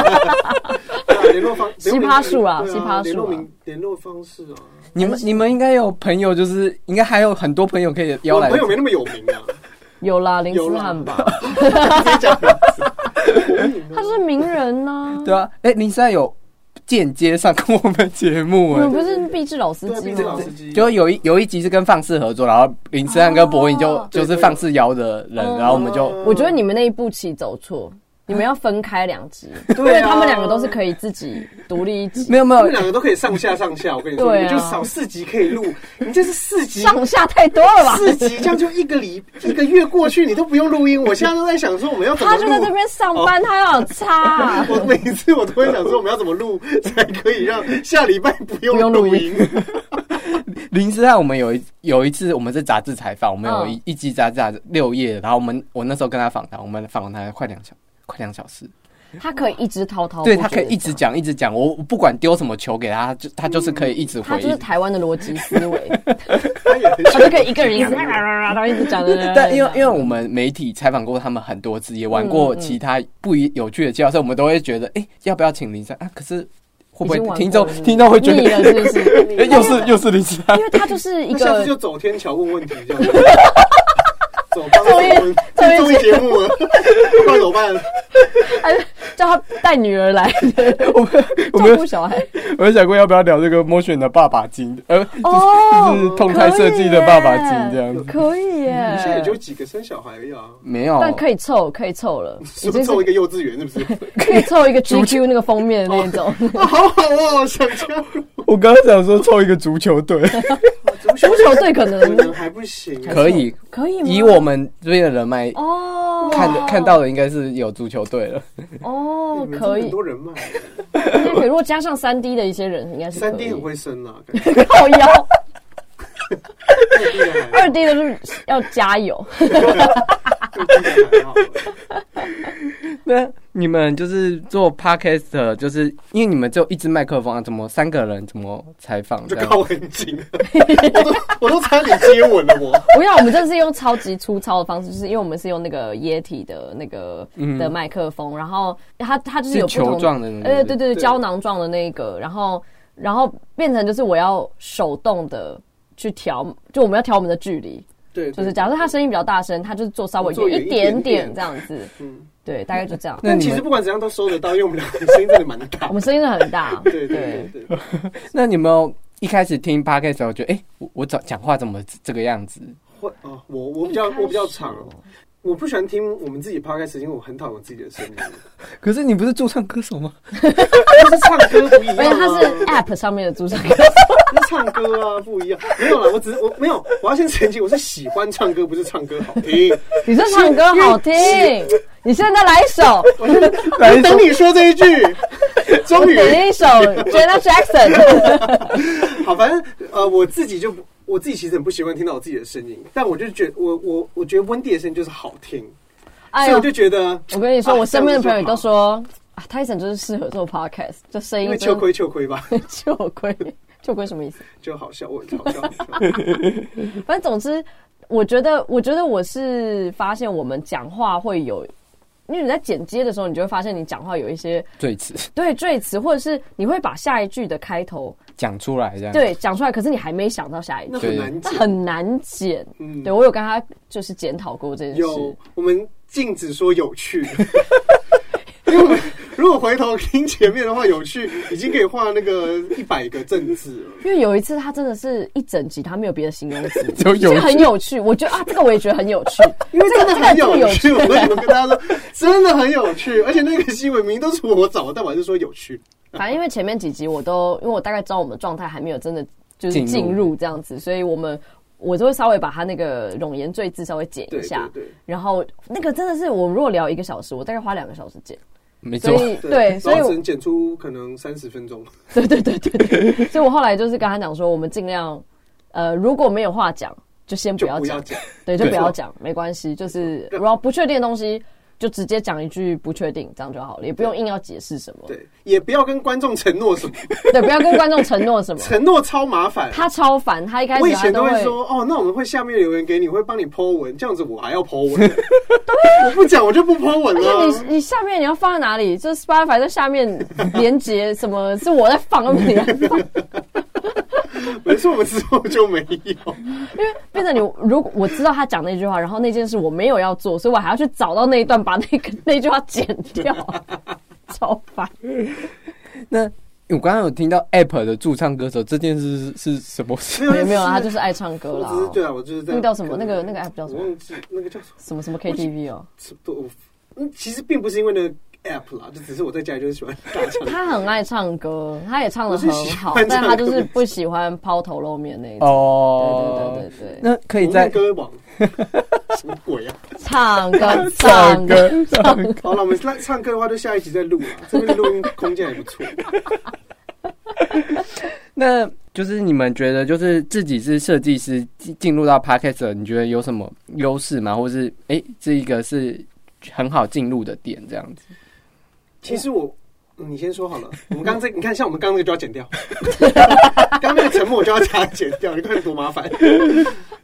对啊联络方
奇葩树啊
联
奇
络名
葩树啊
对联络名联络方式啊。
你们你们应该有朋友，就是应该还有很多朋友可以邀
我
来。
朋友没那么有名啊，
有啦，林
有
思
啦
翰吧，
直接讲名字。
他就是名人呐、
啊对啊，哎、林珊有间接上跟我们节目
我
哎、
们不是毕志老司
对，啊
机
毕
吗？
竟老司机
就有一有一集是跟放肆合作，然后林思安跟博颖就、
哦
就
对
是
对
放肆摇的人，
哦
然后我们就
我觉得你们那一步棋走错，你们要分开两 集，因
对啊
为他们两个都是可以自己独立一集。
没有没
他
有
们两个都可以上下上下，我跟你说，
对啊
你就少四集可以录，你这是四 集。
上下太多 了吧？
四集这样就一 个礼一个月过去，你都不用录音。我现在都在想说我们要怎么
他
录。
就在这边上班，他要有差、 啊
我每次我都会想说我们要怎么录才可以让下礼拜不
不
用
用录
录音。
林思安，我们有一有一次我们是杂志采访，我们有一、
嗯
一集杂志杂志六页，然后我们我那时候跟他访谈，我们访谈快两小快两小时，
他可以一直滔滔不
对
绝地
他可以一直讲一直讲，我我不管丢什么球给他，他就他就是可以一直
嗯他
回
就是
应。
台湾的逻辑思维，
他也很
他就可以一个人一直 然后一直讲的。
但因为因为我们媒体采访过他们很多次，也玩过
嗯嗯
其他不一有趣的介绍，所以我们都会觉得，哎、要不要请林珊啊？可是会不
已经玩
会
过了
听众
是不是
听众会觉
腻
得，
了是不是？
哎、 又是又是林珊
因？为他就是一
那下次
个
就走天桥问问题 这样子。走吧，
综艺
我们这综艺节目了， 不知道怎么办？
叫他带女儿来
我们我
照
们
顾小孩
我有想过要不要聊这个 motion 的爸爸经，呃，
哦
就是痛开设计的爸爸经这样子。
可以耶
你现在也就几个生小孩而已啊，
没有，
但可以凑，可以凑了，已
是不
经是
是做一个幼稚园是不是？
可以凑一个 GQ 那个封面的那 种。
啊，好好 哦，想加入
我刚刚想说凑一个足球队，
足
足球队可能
可能还不行，
可 以，
可以吗？
以我们这边的人脉
哦，
看的看到的应该是有足球队了。
哦
你，们
可
很
以，
多人脉，
应该可以。如果加上三 D 的一些人，应该是可以
三 D 很会生啊，感觉
靠腰，
二 D 还好
二 D 的就是要加油。
二 D 还好，
那你们就是做 podcast，就是因为你们只有一支麦克风啊，怎么三个人怎么采访
就
这样？
靠很 近，我都我都差点接吻了，我
不要，我们这次用超级粗糙的方式，就是因为我们是用那个液体的那个、的麦克风，然后它它就是有不
是球
同
状的那种
呃，对对对，
对
胶囊状的那个，然后然后变成就是我要手动的去调，就我们要调我们的距离，
对，
就是假设他声音比较大声，他就是做稍微
做远
一
一
点
点
点
点
这样子，
嗯，
对，大概就这样。
那
但
你
其实
们
不管怎样都收得到，因为我们两个声音真的蛮大
我，们声音是很大，
对对对对，
那你们一开始听 podcast 的时候，觉得哎、诶我我讲讲话怎么这个样子？
会哦，我我比较我比较长，我不喜欢听我们自己 podcast，因为我很讨厌我自己的声音，
可是你不是驻唱歌 手吗？
就是唱歌不一样、啊，
而且它是 App 上面的主唱歌，
那唱歌啊不一样，没有啦，我只是我没有，我要先澄清，我是喜欢唱歌，不是唱歌好听。
你这唱歌好听，你现在来一首，
来一首
等你说这一句，终 于
点一 首 Jenna Jackson，
好，反正呃，我自己就不我自己其实很不习惯听到我自己的声音，但我就觉我我我觉得温蒂的声音就是好听，
哎
所以
呦
我就，觉得
我跟你说，
啊
我身边的朋友都
这样
说啊，Tyson 就是适合做 podcast，这声
就好因
音
为秋亏秋亏吧，
就亏，就亏什么意思？
就好笑，我好 笑。
反正总之，我觉得，我觉得我是发现我们讲话会有，因为你在剪接的时候，你就会发现你讲话有一些
最迟
对赘词，或者是你会把下一句的开头
讲出来这样。，
对讲出来，可是你还没想到下一
那
句，
很难
那
讲，
很难剪。
嗯
对我有跟他就是检讨过这件
有
事，
我们禁止说有趣， 因为我们如果回头听前面的话，有趣已经可以画那个一百个正字了。
因为有一次他真的是一整集他没有别的形容 词，
就 有
就很有趣。我觉得啊，这个我也觉得很有趣，
因为
这
真
个
的
这个
很
这个
有
有
趣，
趣
我。有跟大家说，真的很有趣，而且那个新闻名都是我找的，但我还是说有趣。
反正因为前面几集我都，因为我大概知道我们的状态还没有真的就是
进入
进入这样子，所以我们我就会稍微把他那个冗言赘字稍微剪
对
一下。
对对
然后那个真的是，我们如果聊一个小时，我大概花两个小时剪，
没
所
错。
以对，所以
然后
我
只能剪出可能三十分钟。
对对对对对，所以我后来就是跟他讲说，我们尽量，呃，如果没有话讲，就先不
就
要
不要
讲，
讲，
对，就
对
不要讲，没关系，就是然后不确定的东西就直接讲一句不确定，这样就好了，也不用硬要解释什么，
对，也不要跟观众承诺什么，
对，不要跟观众承诺什么。
承诺超麻烦。
他超烦，他一开
我
始
以
他
前
啊都
都
会
会说，哦，那我们会下面留言给你，会帮你 Po 文，这样子我还要 Po 文，我不讲我就不 Po 文
而
了
且。你你下面你要放在哪里？就是 Spotify 在下面连接什么是我在放，你在放，
没错，我们之后就没有。
因为变成你如果我知道他讲那句话，然后那件事我没有要做，所以我还要去找到 那一 段把那个那句话剪掉，超烦。
那我刚刚有听到 App 的驻唱歌手这件事是是什么事？
没有没有，啊他就是爱唱歌
我
啦
只。是对啊，我就是在
那个叫什么
可能
那个那个 app 叫什么
我忘记那个叫什么
什么什么 KTV 哦，
不，我嗯，其实并不是因为那个 app 啦，就只是我在家里就是喜欢大唱。
他很爱唱歌，他也唱的
我是
很
喜
好
欢，
但
唱
他就是
歌
不喜欢抛头露面那一种。
哦，
对对对对对，
那可以在
歌王， 什么鬼啊？
唱 歌
唱
唱歌，
歌唱歌，
好了，我们那唱歌的话，就下一集再录了。这边的录音空间也不错。
那就是你们觉得，就是自己是设计师进进入到 podcast，你觉得有什么优势吗？或是哎、诶这一个是很好进入的点这样子？
其实我，嗯你先说好了。我们刚刚这，你看，像我们刚刚那个就要剪掉，刚刚那个沉默就要加剪掉，你看多麻烦。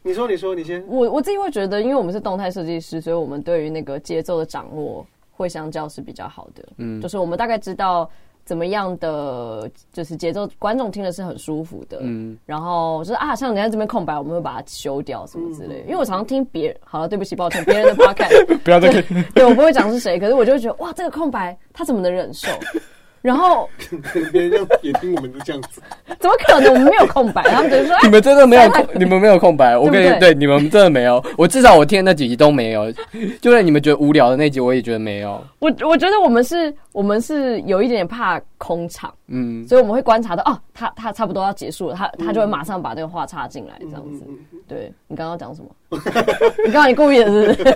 你说，你说，你先。
我我自己会觉得，因为我们是动态设计师，所以我们对于那个节奏的掌握会相较是比较好的。
嗯
就是我们大概知道怎么样的，就是节奏，观众听的是很舒服的。
嗯，
然后就是啊，像人家这边空白，我们会把它修掉什么之
嗯
类的。因为我常常听别人，好了，对不起，抱歉，别人的 podcast，
不要再看。
对我不会讲是谁，可是我就会觉得哇，这个空白他怎么能忍受？然后
别人要也听我们的这样子，
怎么可能我们没有空白？他们只是说，
你
哎，
们真的没有
太，
你们没有空 白。我跟你
对不
对
对
你们真的没有，我至少我听的那几集都没有， 就算你们觉得无聊的那集，我也觉得没有。
我我觉得我们是，我们是有一点点怕空场。
嗯，
所以我们会观察到，哦，他他差不多要结束了，他他就会马上把这个话插进来，
嗯
这样子。对你刚刚讲什么？ 你刚刚你故意的是不是？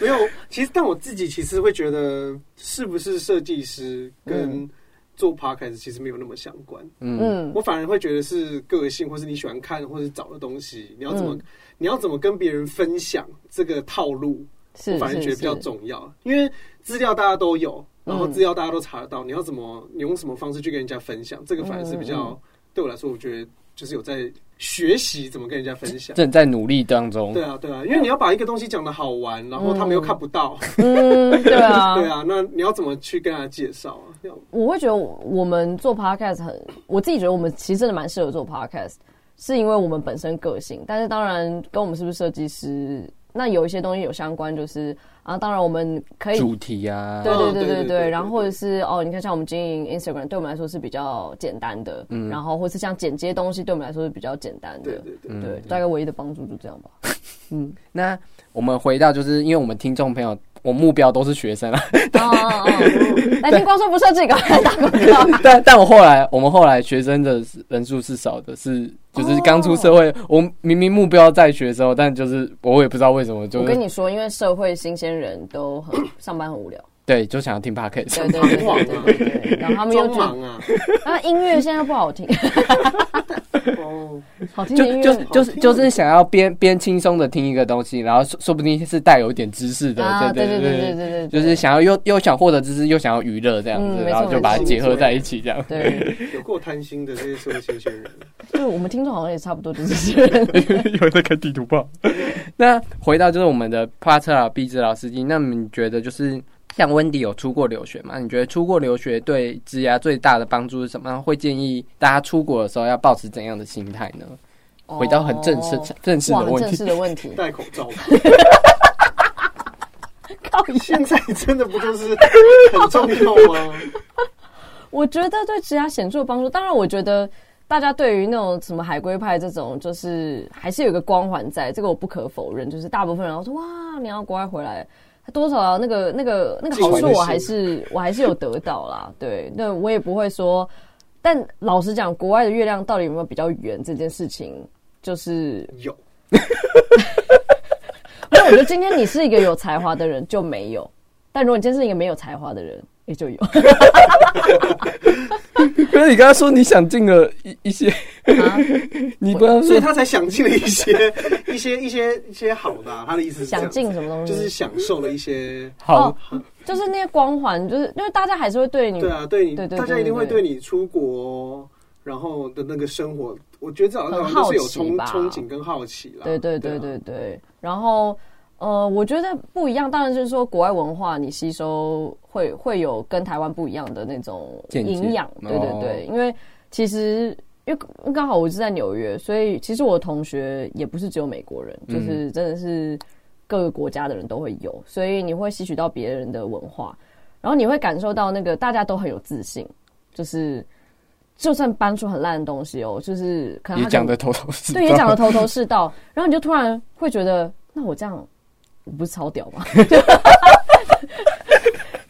没有。其实，但我自己其实会觉得，是不是设计师跟做 podcast 其实没有那么相关。
嗯
我反而会觉得是个性，或是你喜欢看或是找的东西，你要怎么、
嗯
你要怎么跟别人分享这个套路，
是
我反而
是
觉得比较
是，
重要。因为资料大家都有，然后
嗯
资料大家都查得到，你要怎么你用什么方式去跟人家分享，这个反而是比较、
嗯
对我来说，我觉得就是有在学习怎么跟人家分享。
正在努力当中
对。啊，对啊，因为你要把一个东西讲的好玩，然后他们又看不到，
嗯，对嗯啊，
对啊，那你要怎么去跟他介绍啊？要
我会觉得我我们做 podcast 很，我自己觉得我们其实真的蛮适合做 podcast，是因为我们本身个性，但是当然跟我们是不是设计师，那有一些东西有相关，就是啊，当然我们可以
主题啊，
对对对
嗯对
对
对对
对，然后或者是哦，你看像我们经营 Instagram，对我们来说是比较简单的，
嗯
然后或是像剪接东西，对我们来说是比较简单
对
的，
对对，
嗯
对，大概唯一的帮助就这样 吧。
那我们回到，就是因为我们听众朋友，我目标都是学生 啊，
哦哦 哦，来听光说不设计，赶快打广告。
但但我后来，我们后来学生的人数是少的，是就是刚出社
哦
会，我明明目标在学生，但就是我也不知道为什么，就
我跟
是
你说，因为社会新鲜人都很上班很 无聊，
对，就想要听 podcast。
对对对对对对对，然后他们又
装
觉得
忙啊，
然后音乐现在又 不好听，
哦，
好 听
就
的音
就是
乐
就是就是想要边边轻松的听一个东西，然后说说不定是带有一点知识的，
啊，对对
对
对对对对，
就是想要又又想获得知识，又想要娱乐这样
嗯
子，
没错
然后就把它结合在一起这样。
对，
有够贪心的这些社会新鲜人。
就是我们听众好像也差不多就是这样。
有人在看地图炮。
那回到就是我们的帕特尔毕志老司机，那你觉得就是像温迪有出国留学吗？你觉得出国留学对职涯最大的帮助是什么？然后会建议大家出国的时候要保持怎样的心态呢？回到很正式、正式
哦哇
的
很
问
正
题
式，的问题，
戴口罩吧。现在真的不就是很重要吗？
我觉得对职涯显著的帮助。当然，我觉得大家对于那种什么海归派这种，就是还是有一个光环在，这个我不可否认。就是大部分人都说哇，你要国外回来，多少、啊那个那个那个好
尽
处，
管的
我还是我还是有得到啦。对，那我也不会说。但老实讲，国外的月亮到底有没有比较圆这件事情，就是
有，
那我觉得今天你是一个有才华的人就没有，但如果你今天是一个没有才华的人，也 就有。
可是你刚刚说你想进了一一些，
啊
你不要
所
说
以他才想尽了一些、 一些、一些、一些好的啊、他的意思是这样
想
子
进什么东西？
就是享受了一些。
哦
好，
就是那些光环，就是因为大家还是会对你
对啊，对你，
对对对
大家一定会
对
对你出国然后的那个生活，我觉得这好像
很
都是有
好奇
憧
吧
憧憬跟好奇啦。
对对对
啊
对对。然后呃，我觉得不一样，当然就是说国外文化你吸收会会有跟台湾不一样的那种
见解
营养，对对对，因为其实。因为刚好我是在纽约，所以其实我的同学也不是只有美国人，就是真的是各个国家的人都会有，所以你会吸取到别人的文化，然后你会感受到那个大家都很有自信，就是就算搬出很烂的东西哦，就是可能
也
他可
讲
能
的头头是道，
对，也讲的头头是道， 然后你就突然会觉得，那我这样我不是超屌 吗？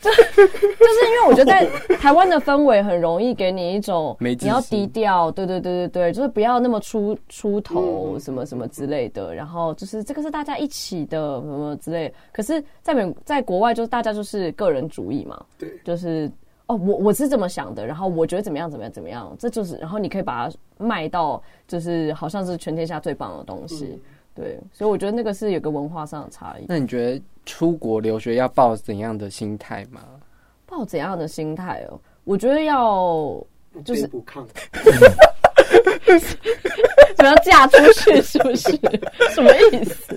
就就是 因为我觉得在台湾的氛围很容易给你一种
没自
你要
信
低调，对对对对对，就是不要那么出出头
嗯
什么什么之类的，然后就是这个是大家一起的什么之类的。可是在美在国外就是大家就是个人主义嘛，
对，
就是哦，我我是这么想的，然后我觉得怎么样怎么样怎么样，这就是，然后你可以把它卖到就是好像是全天下最棒的东西，对，所以我觉得那个是有个文化上的差异。
那你觉得出国留学要抱怎样的心态吗？
抱怎样的心态哦？我觉得要就是
不抗，
怎么样嫁出去，是不是？ 什么意思？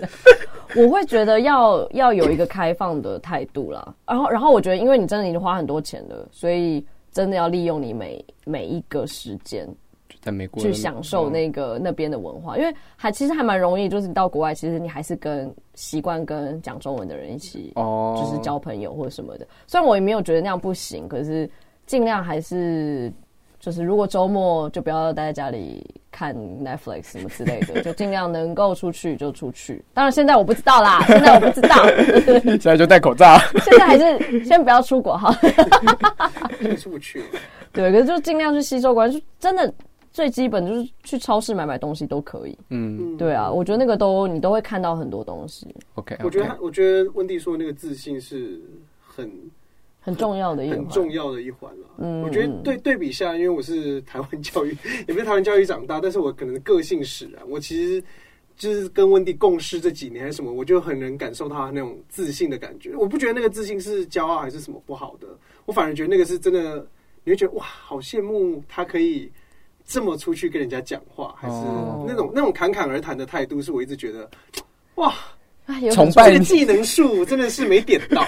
我会觉得要要有一个开放的态度啦。然后，然后我觉得，因为你真的已经花很多钱了，所以真的要利用你每每一个时间。
就在美国嗯
去享受那个那边的文化，因为还其实还蛮容易，就是你到国外，其实你还是跟习惯跟讲中文的人一起，
哦，
就是 交朋友或者什么的。虽然我也没有觉得那样不行，可是尽量还是就是如果周末就不要待在家里看 Netflix 什么之类 的，就尽量能够出去就出去。当然现在我不知道 啦，现在我不知道，
现在就戴口罩，
现在还是先不要出国好了
也是不去了。
对，可是就尽量去吸收关，就真的最基本就是去超市买买东西都可以。
嗯
嗯
对啊，我觉得那个都你都会看到很多东西，
，OK，
我觉得他，我觉得温蒂说的那个自信是很
很重要的一
很
环。
重要的一环了。
嗯
我觉得对对比下，因为我是台湾教育， 也不是台湾教育长大，但是我可能个性使然，我其实。就是跟温蒂共事这几年还是什么，我就很能感受到他那种自信的感觉。我不觉得那个自信是骄傲还是什么不好的，我反而觉得那个是真的，你会觉得哇，好羡慕他可以这么出去跟人家讲话，还是
哦
那种、那种侃侃而谈的态度，是我一直觉得
啊有
崇
很
拜
这个
你
技能树真的是没点到。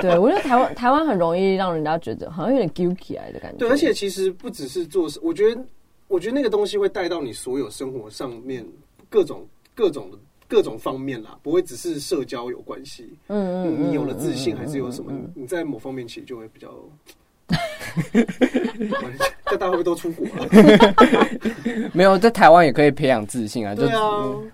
对，我觉得台湾台湾很容易让人家觉得好像有点 guilty 来的感觉。
对，而且其实不只是做事，我觉得，我觉得那个东西会带到你所有生活上面各种各种的各种方面啦，不会只是社交有关系。
嗯嗯
你
嗯，
你有了自信，
嗯
还是有什么
嗯嗯嗯？
你在某方面其实就会比较。这大家会不会都出 国了？
没有在台湾也可以培养自信啊，就
对啊，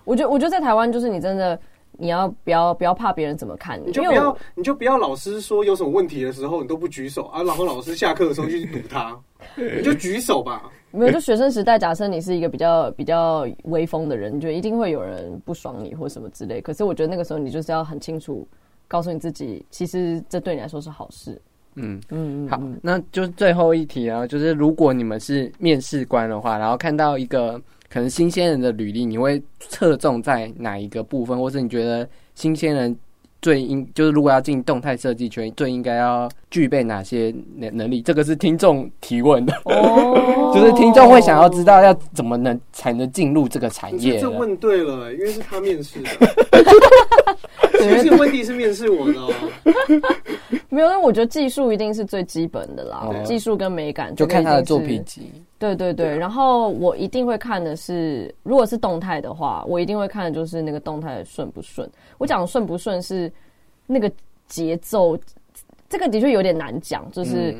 我觉得我觉得在台湾就是你真的你要不要不要怕别人怎么看你，
你就
因
不
为
要
我，
你就不要老师说有什么问题的时候，你都不举手啊，然后老师下课的时候就去堵他，你就举手 吧。
没有就学生时代，假设你是一个比较比较威风的人，你就一定会有人不爽你或什么之类。可是我觉得那个时候你就是要很清楚告诉你自己，其实这对你来说是好事。
嗯。
嗯，嗯
好
嗯，
那就最后一题啊，就是如果你们是面试官的话，然后看到一个可能新鲜人的履历，你会侧重在哪一个部分，或是你觉得新鲜人最应就是如果要进动态设计圈，最应该要具备哪些能能力？这个是听众提问的，
哦
就是听众会想要知道要怎么能才能进入这个产
你
业
这
的
次。问对了，因为是他面 试的。
对
其实问题是面试我的、哦，
没有，但我觉得技术一定是最基本的啦，
哦
技术跟美感
就看他的作
作
品啊
品。
集，嗯
对对对，然后我一定会看的是，如果是动态的话，我一定会看的就是那个动态顺不顺。我讲顺不顺是那个节奏，这个的确有点难讲，就是。
嗯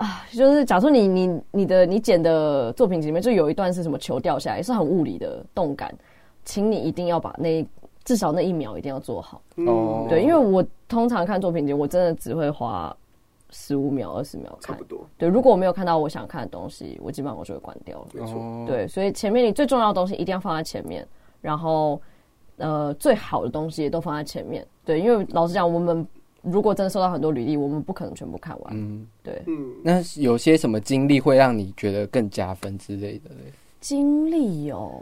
啊，就是假如说你你你的你剪的作品集里面就有一段是什么球掉下来，是很物理的动感，请你一定要把那至少那一秒一定要做好。
嗯
哦
对，因为我通常看作品集，我真的只会花十五秒、二十秒
差
看
不。多，
对，如果我没有看到我想看的东西，我基本上我就会关掉了。
没错。
哦，
对，所以前面你最重要的东西一定要放在前面，然后呃最好的东西也都放在前面。对，因为老实讲，我们如果真的收到很多履历，我们不可能全部看完。
嗯，
对，
嗯，
那有些什么经历会让你觉得更加分之类的嘞？
经历哦，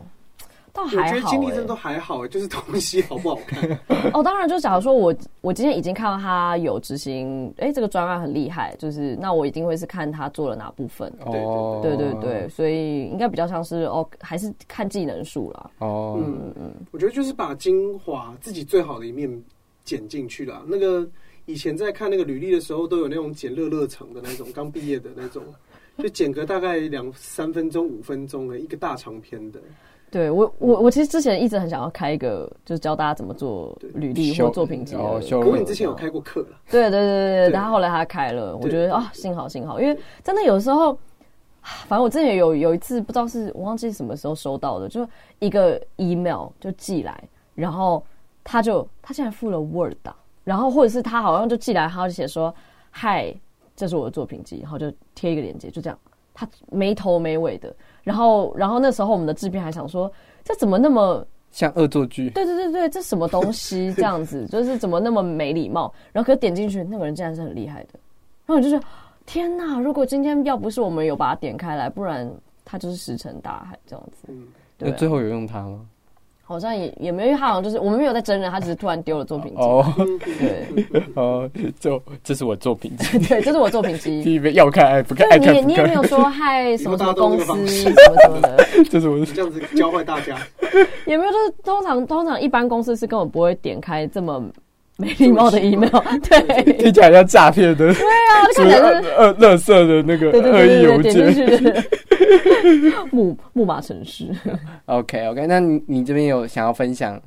倒
我觉
还
得
好、
经历真的
欸
都。还好、就是东西好不好 看。
哦，当然，就假如说我我今天已经看到他有执行，哎、这个专案很厉害，就是那我一定会是看他做了哪部分。
对
哦，
对对对，，所以应该比较像是哦，还是看技能数啦。
哦，
嗯嗯，我觉得就是把精华自己最好的一面剪进去了。那个以前在看那个履历的时候，都有那种剪乐乐长的那种，刚 毕业的那种。就剪个大概两三分钟、五分钟的一个大长篇的，
对我我我其实之前一直很想要开一个，就是教大家怎么做履历
修
或作品集的。
哦修
可
路
是你之前有开过课了，
对对对对
对
对，但后来他开了，我
对
觉得啊，幸好幸好，因为真的有时候，啊反正我之前有有一次不知道是我忘记什么时候收到的，就一个 email 就寄来，然后他就他竟然附了 Word 档，然后或者是他好像就寄来，他就写说嗨，这是我的作品集，然后就贴一个链接，就这样，他没头没尾的，然后然后那时候我们的制片还想说这怎么那么
像恶作剧，
对对对对，这什么东 西这样子，就是怎么那么没礼貌？然后可是点进去，那个人竟然是很厉害的，然后我就觉得天哪！如果今天要不是我们有把它点开来，不然他就是石沉大海这样子。
嗯，
对
那
啊、
最后有用它吗？
好像也也没有，因为他好像就是我们没有在真人，他只是突然丢了作品集。
哦
嗯
对
哦，这这是我作品集，
对，这是我作品
第
集。
一杯要看爱不 看，爱看
对，你也
不
你也没有
看，
说嗨什么什么 公
以后大家都用这个
司
方
什么什么的，
这是我
这样子教坏大家。
也没有，就是通常通常一般公司是根本不会点开这么没礼貌的 email，对。
听起来像诈骗的，
啊，
什
看
么
起来就是
恶恶乐色的那个
对对
恶意
对
邮
对
件。
对，点进去的 木木马城市。
OK OK，那你你这边有想要分享，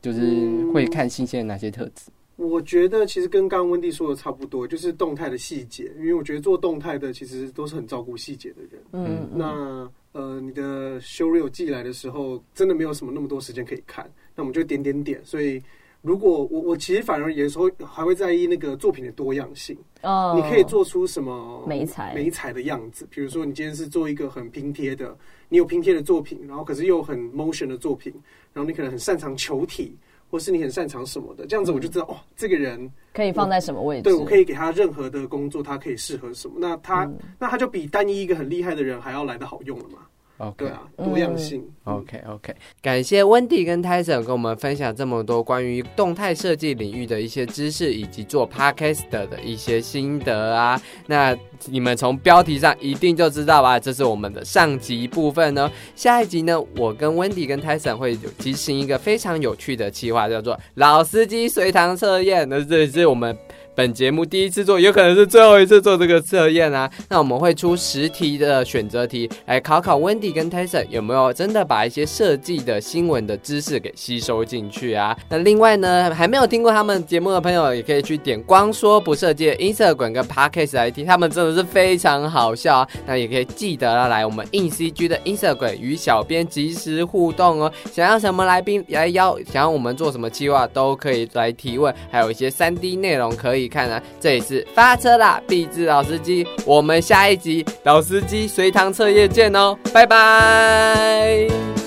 就是
嗯
会看新鲜的哪些特质？
我觉得其实跟刚刚温蒂说的差不多，就是动态的细节，因为我觉得做动态的其实都是很照顾细节的人。
嗯，嗯
那呃，你的修 real 寄来的时候，真的没有什么那么多时间可以看，那我们就点点点。所以，如果我我其实反而有时候还会在意那个作品的多样性，
哦
你可以做出什么
美彩
美彩的样子。比如说，你今天是做一个很拼贴的，你有拼贴的作品，然后可是又很 motion 的作品，然后你可能很擅长球体，或是你很擅长什么的，这样子我就知道、哦，这个人
可以放在什么位置？
对我可以给他任何的工作，他可以适合什么？那他、那他就比单一一个很厉害的人还要来的好用了嘛？对
OK
啊，多样性。
OK OK，感谢温蒂跟 Tyson 跟我们分享这么多关于动态设计领域的一些知识，以及做 Podcast 的一些心得啊。那你们从标题上一定就知道吧，这是我们的上集部分呢。下一集呢，我跟温迪跟 Tyson 会有执行一个非常有趣的计划，叫做“老司机随堂测验”。那这是我们本节目第一次做，有可能是最后一次做这个测验啊。那我们会出十题的选择题来考考温迪跟 Tyson 有没有真的把一些设计的新闻的知识给吸收进去啊。那另外呢，还没有听过他们节目的朋友，也可以去点“光说不设计”的 Instagram 跟 Podcast 来听，他们真的是非常好笑、啊。那也可以记得啊来我们硬 CG 的 Instagram 与小编及时互动哦。想要什么来宾来邀，想要我们做什么计划都可以来提问，还有一些三 D 内容可以看啊。这里是发车啦，壁纸老司机，我们下一集老司机随堂测验见哦，拜拜。